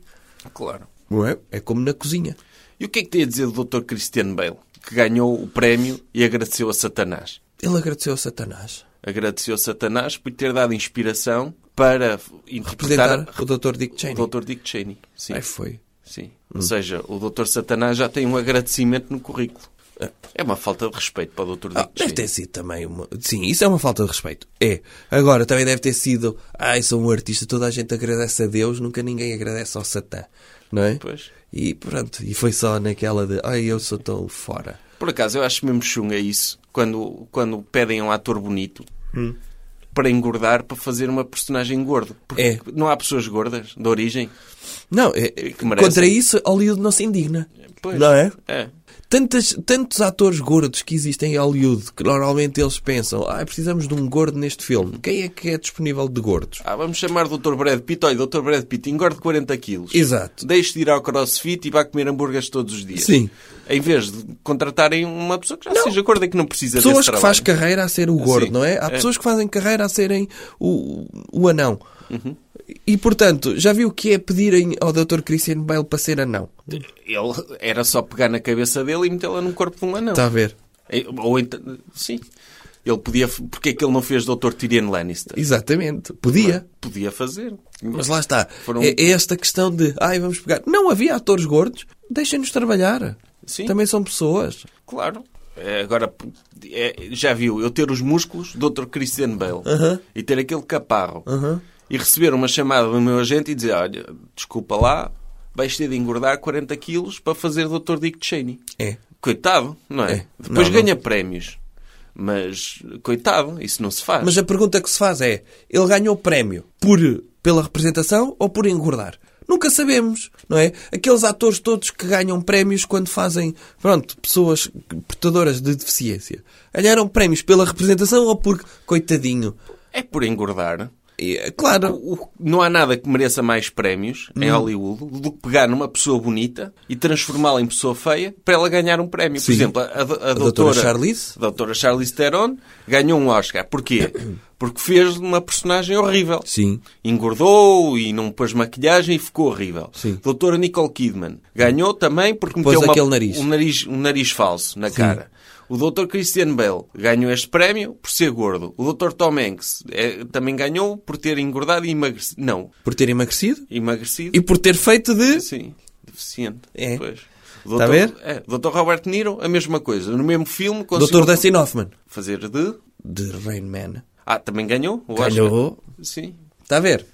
[SPEAKER 3] Claro.
[SPEAKER 2] Não é? É como na cozinha.
[SPEAKER 3] E o que é que tem a dizer do Dr. Christian Bale, que ganhou o prémio e agradeceu a Satanás?
[SPEAKER 2] Ele agradeceu a Satanás.
[SPEAKER 3] Agradeceu a Satanás por ter dado inspiração para f- interpretar
[SPEAKER 2] Representar o Dr. Dick Cheney.
[SPEAKER 3] o Dr. Dick Cheney. Sim.
[SPEAKER 2] Aí foi.
[SPEAKER 3] Sim.
[SPEAKER 2] Hum.
[SPEAKER 3] Ou seja, o Dr. Satanás já tem um agradecimento no currículo. É uma falta de respeito para o Dr. Dick
[SPEAKER 2] Ah, deve
[SPEAKER 3] Cheney.
[SPEAKER 2] ter sido também uma. Sim, isso é uma falta de respeito. É. Agora, também deve ter sido. Ai, sou um artista, toda a gente agradece a Deus, nunca ninguém agradece ao Satã. Não é?
[SPEAKER 3] Pois.
[SPEAKER 2] E pronto, e foi só naquela de. Ai, eu sou tão fora.
[SPEAKER 3] Por acaso, eu acho mesmo chunga isso, quando, quando pedem a um ator bonito
[SPEAKER 2] Hum.
[SPEAKER 3] para engordar, para fazer uma personagem gordo. Porque
[SPEAKER 2] É.
[SPEAKER 3] não há pessoas gordas, de origem.
[SPEAKER 2] Não, é,
[SPEAKER 3] que merecem.
[SPEAKER 2] contra isso, Hollywood não se indigna.
[SPEAKER 3] Pois.
[SPEAKER 2] Não é?
[SPEAKER 3] É.
[SPEAKER 2] Tantas, tantos atores gordos que existem em Hollywood que normalmente eles pensam: ah, precisamos de um gordo neste filme. Quem é que é disponível de gordos?
[SPEAKER 3] Ah, vamos chamar o Dr. Brad Pitt. Olha, Dr. Brad Pitt, engorde 40 quilos.
[SPEAKER 2] Exato.
[SPEAKER 3] Deixe de ir ao crossfit e vá comer hambúrgueres todos os dias.
[SPEAKER 2] Sim.
[SPEAKER 3] Em vez de contratarem uma pessoa que já seja gorda e que não precisa
[SPEAKER 2] pessoas
[SPEAKER 3] desse
[SPEAKER 2] que
[SPEAKER 3] trabalho.
[SPEAKER 2] fazem carreira a ser o gordo,
[SPEAKER 3] Sim.
[SPEAKER 2] não é? Há
[SPEAKER 3] É.
[SPEAKER 2] pessoas que fazem carreira a serem o, o anão. E portanto, já viu o que é pedirem ao Dr. Christian Bale para ser anão?
[SPEAKER 3] Então. Ele era só pegar na cabeça dele e metê-la no corpo de um anão.
[SPEAKER 2] Está a ver?
[SPEAKER 3] Eh, Ou então... Sim. Ele podia... Porque é que ele não fez Dr. Tyrion Lannister?
[SPEAKER 2] Exatamente. Podia.
[SPEAKER 3] Podia fazer.
[SPEAKER 2] Mas lá está.
[SPEAKER 3] é? Foram-
[SPEAKER 2] É é esta questão de, ai, vamos pegar. Não havia atores gordos, deixem-nos trabalhar.
[SPEAKER 3] Sim.
[SPEAKER 2] Também são pessoas.
[SPEAKER 3] Claro. É, Agora, é, já viu, eu ter os músculos do Dr. Christian Bale e ter aquele caparro e receber uma chamada do meu agente e dizer: Olha, desculpa lá, vais ter de engordar 40 quilos para fazer Dr. Dick Cheney.
[SPEAKER 2] É.
[SPEAKER 3] Coitado, não é?
[SPEAKER 2] É.
[SPEAKER 3] Depois
[SPEAKER 2] Não, não.
[SPEAKER 3] ganha prémios, mas coitado, isso não se faz.
[SPEAKER 2] Mas a pergunta que se faz é: ele ganhou o prémio por, pela representação ou por engordar? Nunca sabemos, não é? Aqueles atores todos que ganham prémios quando fazem, pronto, pessoas portadoras de deficiência. Ganharam prémios pela representação ou por coitadinho?
[SPEAKER 3] É por engordar.
[SPEAKER 2] E, é claro,
[SPEAKER 3] O- o- Não há nada que mereça mais prémios
[SPEAKER 2] Uhum.
[SPEAKER 3] em Hollywood do que pegar numa pessoa bonita e transformá-la em pessoa feia para ela ganhar um prémio.
[SPEAKER 2] Sim.
[SPEAKER 3] Por exemplo, a, a, a doutora
[SPEAKER 2] Charlize?
[SPEAKER 3] a doutora Charlize Theron ganhou um Oscar. Porquê? Porque fez uma personagem horrível.
[SPEAKER 2] Sim.
[SPEAKER 3] Engordou e não pôs maquilhagem e ficou horrível.
[SPEAKER 2] Sim.
[SPEAKER 3] Doutora Nicole Kidman ganhou também porque
[SPEAKER 2] Pôs
[SPEAKER 3] meteu uma-
[SPEAKER 2] aquele nariz.
[SPEAKER 3] um nariz um nariz falso na cara. O Dr. Christian Bale ganhou este prémio por ser gordo. O Dr. Tom Hanks eh, também ganhou por ter engordado e emagrecido. Não,
[SPEAKER 2] por ter emagrecido
[SPEAKER 3] emagrecido.
[SPEAKER 2] e por ter feito de.
[SPEAKER 3] Sim, deficiente.
[SPEAKER 2] É.
[SPEAKER 3] Pois. O
[SPEAKER 2] Está a ver?
[SPEAKER 3] é, o Dr. Robert De Niro, a mesma coisa. No mesmo filme,
[SPEAKER 2] Dr.
[SPEAKER 3] conseguiu
[SPEAKER 2] Dustin Hoffman.
[SPEAKER 3] fazer de...
[SPEAKER 2] De Rain Man.
[SPEAKER 3] Ah, também ganhou? o Oscar.
[SPEAKER 2] Ganhou.
[SPEAKER 3] Sim.
[SPEAKER 2] Está a ver?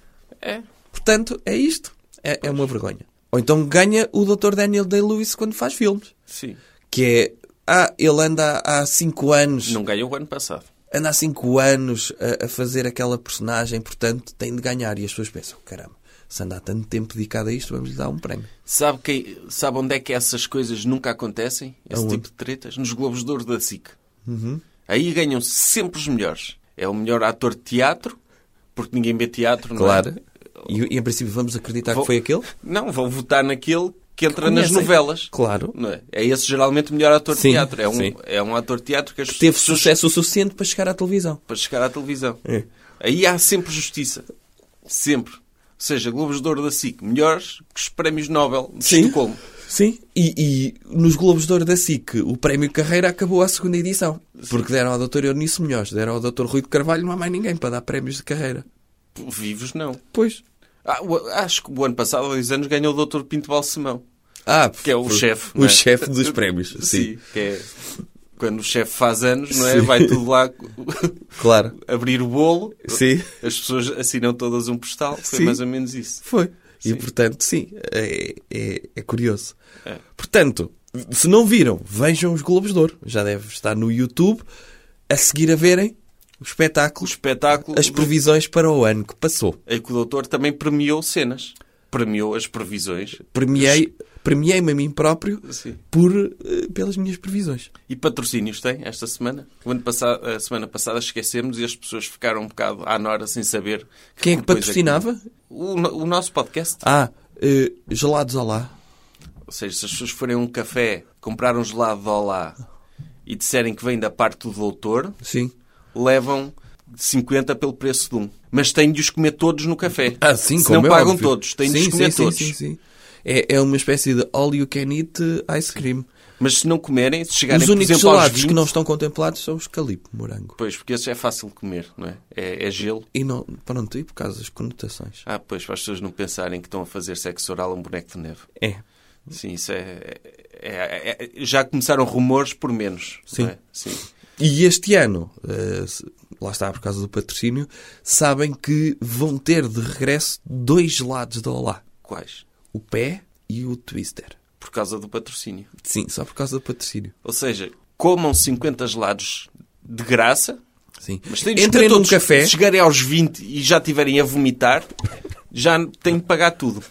[SPEAKER 3] É.
[SPEAKER 2] Portanto, é isto. É, é uma vergonha. Ou então ganha o Dr. Daniel Day-Lewis quando faz filmes.
[SPEAKER 3] Sim.
[SPEAKER 2] que é ah, ele anda há 5 anos,
[SPEAKER 3] Não ganhou o ano passado.
[SPEAKER 2] anda há 5 anos a, a fazer aquela personagem, portanto tem de ganhar. E as pessoas pensam, caramba, se anda há tanto tempo dedicado a isto, vamos lhe dar um prémio.
[SPEAKER 3] Sabe, quem, sabe onde é que essas coisas nunca acontecem? Esse
[SPEAKER 2] Aonde? Uhum.
[SPEAKER 3] tipo de tretas? Nos Globos de Ouro da SIC. Aí ganham sempre os melhores. É o melhor ator de teatro, porque ninguém vê teatro, não é?
[SPEAKER 2] Claro. E, e, em princípio vamos acreditar
[SPEAKER 3] Vou-
[SPEAKER 2] que foi aquele?
[SPEAKER 3] Não, vão votar naquele que entra nas
[SPEAKER 2] Conhecem.
[SPEAKER 3] novelas.
[SPEAKER 2] Claro.
[SPEAKER 3] Não é? é esse geralmente o melhor ator
[SPEAKER 2] Sim,
[SPEAKER 3] de teatro. É um,
[SPEAKER 2] sim.
[SPEAKER 3] é um ator de teatro que as
[SPEAKER 2] Teve
[SPEAKER 3] pessoas-
[SPEAKER 2] sucesso o suficiente para chegar à televisão.
[SPEAKER 3] para chegar à televisão.
[SPEAKER 2] É.
[SPEAKER 3] Aí há sempre justiça. Sempre. Ou seja, Globos de Ouro da SIC, melhores que os prémios Nobel de Estocolmo.
[SPEAKER 2] Sim. E, e nos Globos de Ouro da SIC, o prémio Carreira acabou à segunda edição. Porque deram ao Dr. Eunice Melhores, deram ao Dr. Rui de Carvalho, não há mais ninguém para dar prémios de carreira.
[SPEAKER 3] Vivos não.
[SPEAKER 2] Pois.
[SPEAKER 3] Ah, o- acho que o ano passado, há dois anos, ganhou o Dr. Pinto Balsemão.
[SPEAKER 2] Ah,
[SPEAKER 3] Que é o
[SPEAKER 2] foi-
[SPEAKER 3] chefe,
[SPEAKER 2] O
[SPEAKER 3] não é?
[SPEAKER 2] chefe dos prémios. Sim,
[SPEAKER 3] Que é quando o chefe faz anos, não é? Vai tudo lá
[SPEAKER 2] claro.
[SPEAKER 3] abrir o bolo.
[SPEAKER 2] Sim.
[SPEAKER 3] As pessoas assinam todas um postal. Foi
[SPEAKER 2] Sim.
[SPEAKER 3] mais ou menos isso.
[SPEAKER 2] Foi. E, portanto, sim, é, é, é curioso. Portanto, se não viram, vejam os Globos de Ouro. Já deve estar no YouTube a seguir a verem o
[SPEAKER 3] O
[SPEAKER 2] espetáculo,
[SPEAKER 3] espetáculo
[SPEAKER 2] as
[SPEAKER 3] do-
[SPEAKER 2] previsões para o ano que passou.
[SPEAKER 3] é que o doutor também premiou cenas. Premiou as previsões
[SPEAKER 2] Premiei- Premiei-me a mim próprio
[SPEAKER 3] Sim.
[SPEAKER 2] por, eh, pelas minhas previsões.
[SPEAKER 3] e patrocínios tem esta semana. O ano passado, a semana passada esquecemos e as pessoas ficaram um bocado à nora sem saber que
[SPEAKER 2] Quem é que
[SPEAKER 3] coisa
[SPEAKER 2] patrocinava?
[SPEAKER 3] O, no- o nosso podcast.
[SPEAKER 2] Ah, eh, gelados Olá.
[SPEAKER 3] Ou seja, se as pessoas forem a um café, comprar um gelado de Olá e disserem que vem da parte do doutor,
[SPEAKER 2] Sim.
[SPEAKER 3] levam 50 pelo preço de um. Mas têm de os comer todos no café.
[SPEAKER 2] Ah, sim,
[SPEAKER 3] Se
[SPEAKER 2] como
[SPEAKER 3] não
[SPEAKER 2] é
[SPEAKER 3] pagam
[SPEAKER 2] óbvio.
[SPEAKER 3] todos, têm de
[SPEAKER 2] Sim,
[SPEAKER 3] os comer
[SPEAKER 2] sim, sim,
[SPEAKER 3] todos.
[SPEAKER 2] Sim, sim. É, é uma espécie de all you can eat eh, ice cream.
[SPEAKER 3] Mas se não comerem, se chegarem,
[SPEAKER 2] os
[SPEAKER 3] por
[SPEAKER 2] únicos
[SPEAKER 3] exemplo, aos
[SPEAKER 2] gelados
[SPEAKER 3] 20,
[SPEAKER 2] que não estão contemplados são os calipo, morango.
[SPEAKER 3] Pois, porque esse é fácil de comer, não é? É, é gelo.
[SPEAKER 2] E não, pronto, e por causa das conotações.
[SPEAKER 3] Ah, pois, para as pessoas não pensarem que estão a fazer sexo oral a um boneco de neve.
[SPEAKER 2] É.
[SPEAKER 3] Sim, isso é... é- é- é- já começaram rumores por menos. não
[SPEAKER 2] Sim.
[SPEAKER 3] é? Sim.
[SPEAKER 2] E este ano, eh, se- lá está por causa do patrocínio, sabem que vão ter de regresso dois gelados da Olá.
[SPEAKER 3] Quais?
[SPEAKER 2] O pé e o twister.
[SPEAKER 3] Por causa do patrocínio.
[SPEAKER 2] Sim, só por causa do patrocínio.
[SPEAKER 3] Ou seja, comam 50 gelados de graça,
[SPEAKER 2] Sim.
[SPEAKER 3] mas têm de os
[SPEAKER 2] Entrem
[SPEAKER 3] comer
[SPEAKER 2] num
[SPEAKER 3] todos.
[SPEAKER 2] café.
[SPEAKER 3] Se chegarem aos 20 e já estiverem a vomitar, já têm de pagar tudo.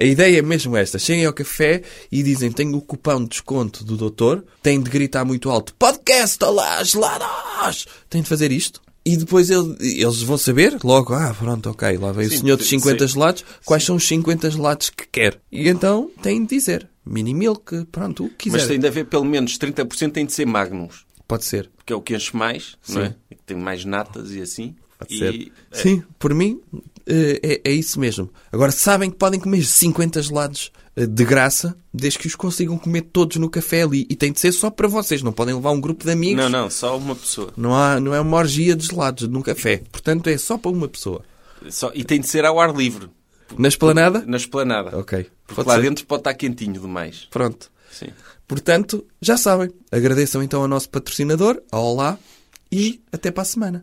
[SPEAKER 2] A ideia é mesmo esta. Cheguem ao café e dizem, tenho o cupão de desconto do doutor. Têm de gritar muito alto, podcast, olá, gelados! Têm de fazer isto. E depois ele- eles vão saber logo, ah, pronto, ok, lá veio
[SPEAKER 3] Sim,
[SPEAKER 2] o senhor dos
[SPEAKER 3] sim,
[SPEAKER 2] 50
[SPEAKER 3] sim.
[SPEAKER 2] gelados. Quais são os 50 gelados que quer? E então têm de dizer, mini milk, pronto, o que quiser.
[SPEAKER 3] Mas tem de haver pelo menos 30% tem de ser magnums.
[SPEAKER 2] Pode ser.
[SPEAKER 3] que é o que enche mais, não é?
[SPEAKER 2] Sim.
[SPEAKER 3] Que Tem mais natas e assim.
[SPEAKER 2] Pode
[SPEAKER 3] e
[SPEAKER 2] ser.
[SPEAKER 3] é,
[SPEAKER 2] Sim, por mim eh, é, é isso mesmo. Agora sabem que podem comer 50 gelados eh, de graça, desde que os consigam comer todos no café ali. E tem de ser só para vocês, não podem levar um grupo de amigos.
[SPEAKER 3] é, Não, não, só uma pessoa.
[SPEAKER 2] Não há, não é uma orgia de gelados num café. Portanto, é só para uma pessoa.
[SPEAKER 3] Só, e tem de ser ao ar livre,
[SPEAKER 2] Na esplanada?
[SPEAKER 3] na esplanada.
[SPEAKER 2] Ok.
[SPEAKER 3] Porque
[SPEAKER 2] Pode
[SPEAKER 3] lá
[SPEAKER 2] ser.
[SPEAKER 3] dentro pode estar quentinho demais.
[SPEAKER 2] Pronto.
[SPEAKER 3] Sim.
[SPEAKER 2] Portanto, já sabem. Agradeçam então ao nosso patrocinador, ao Olá, e até para a semana.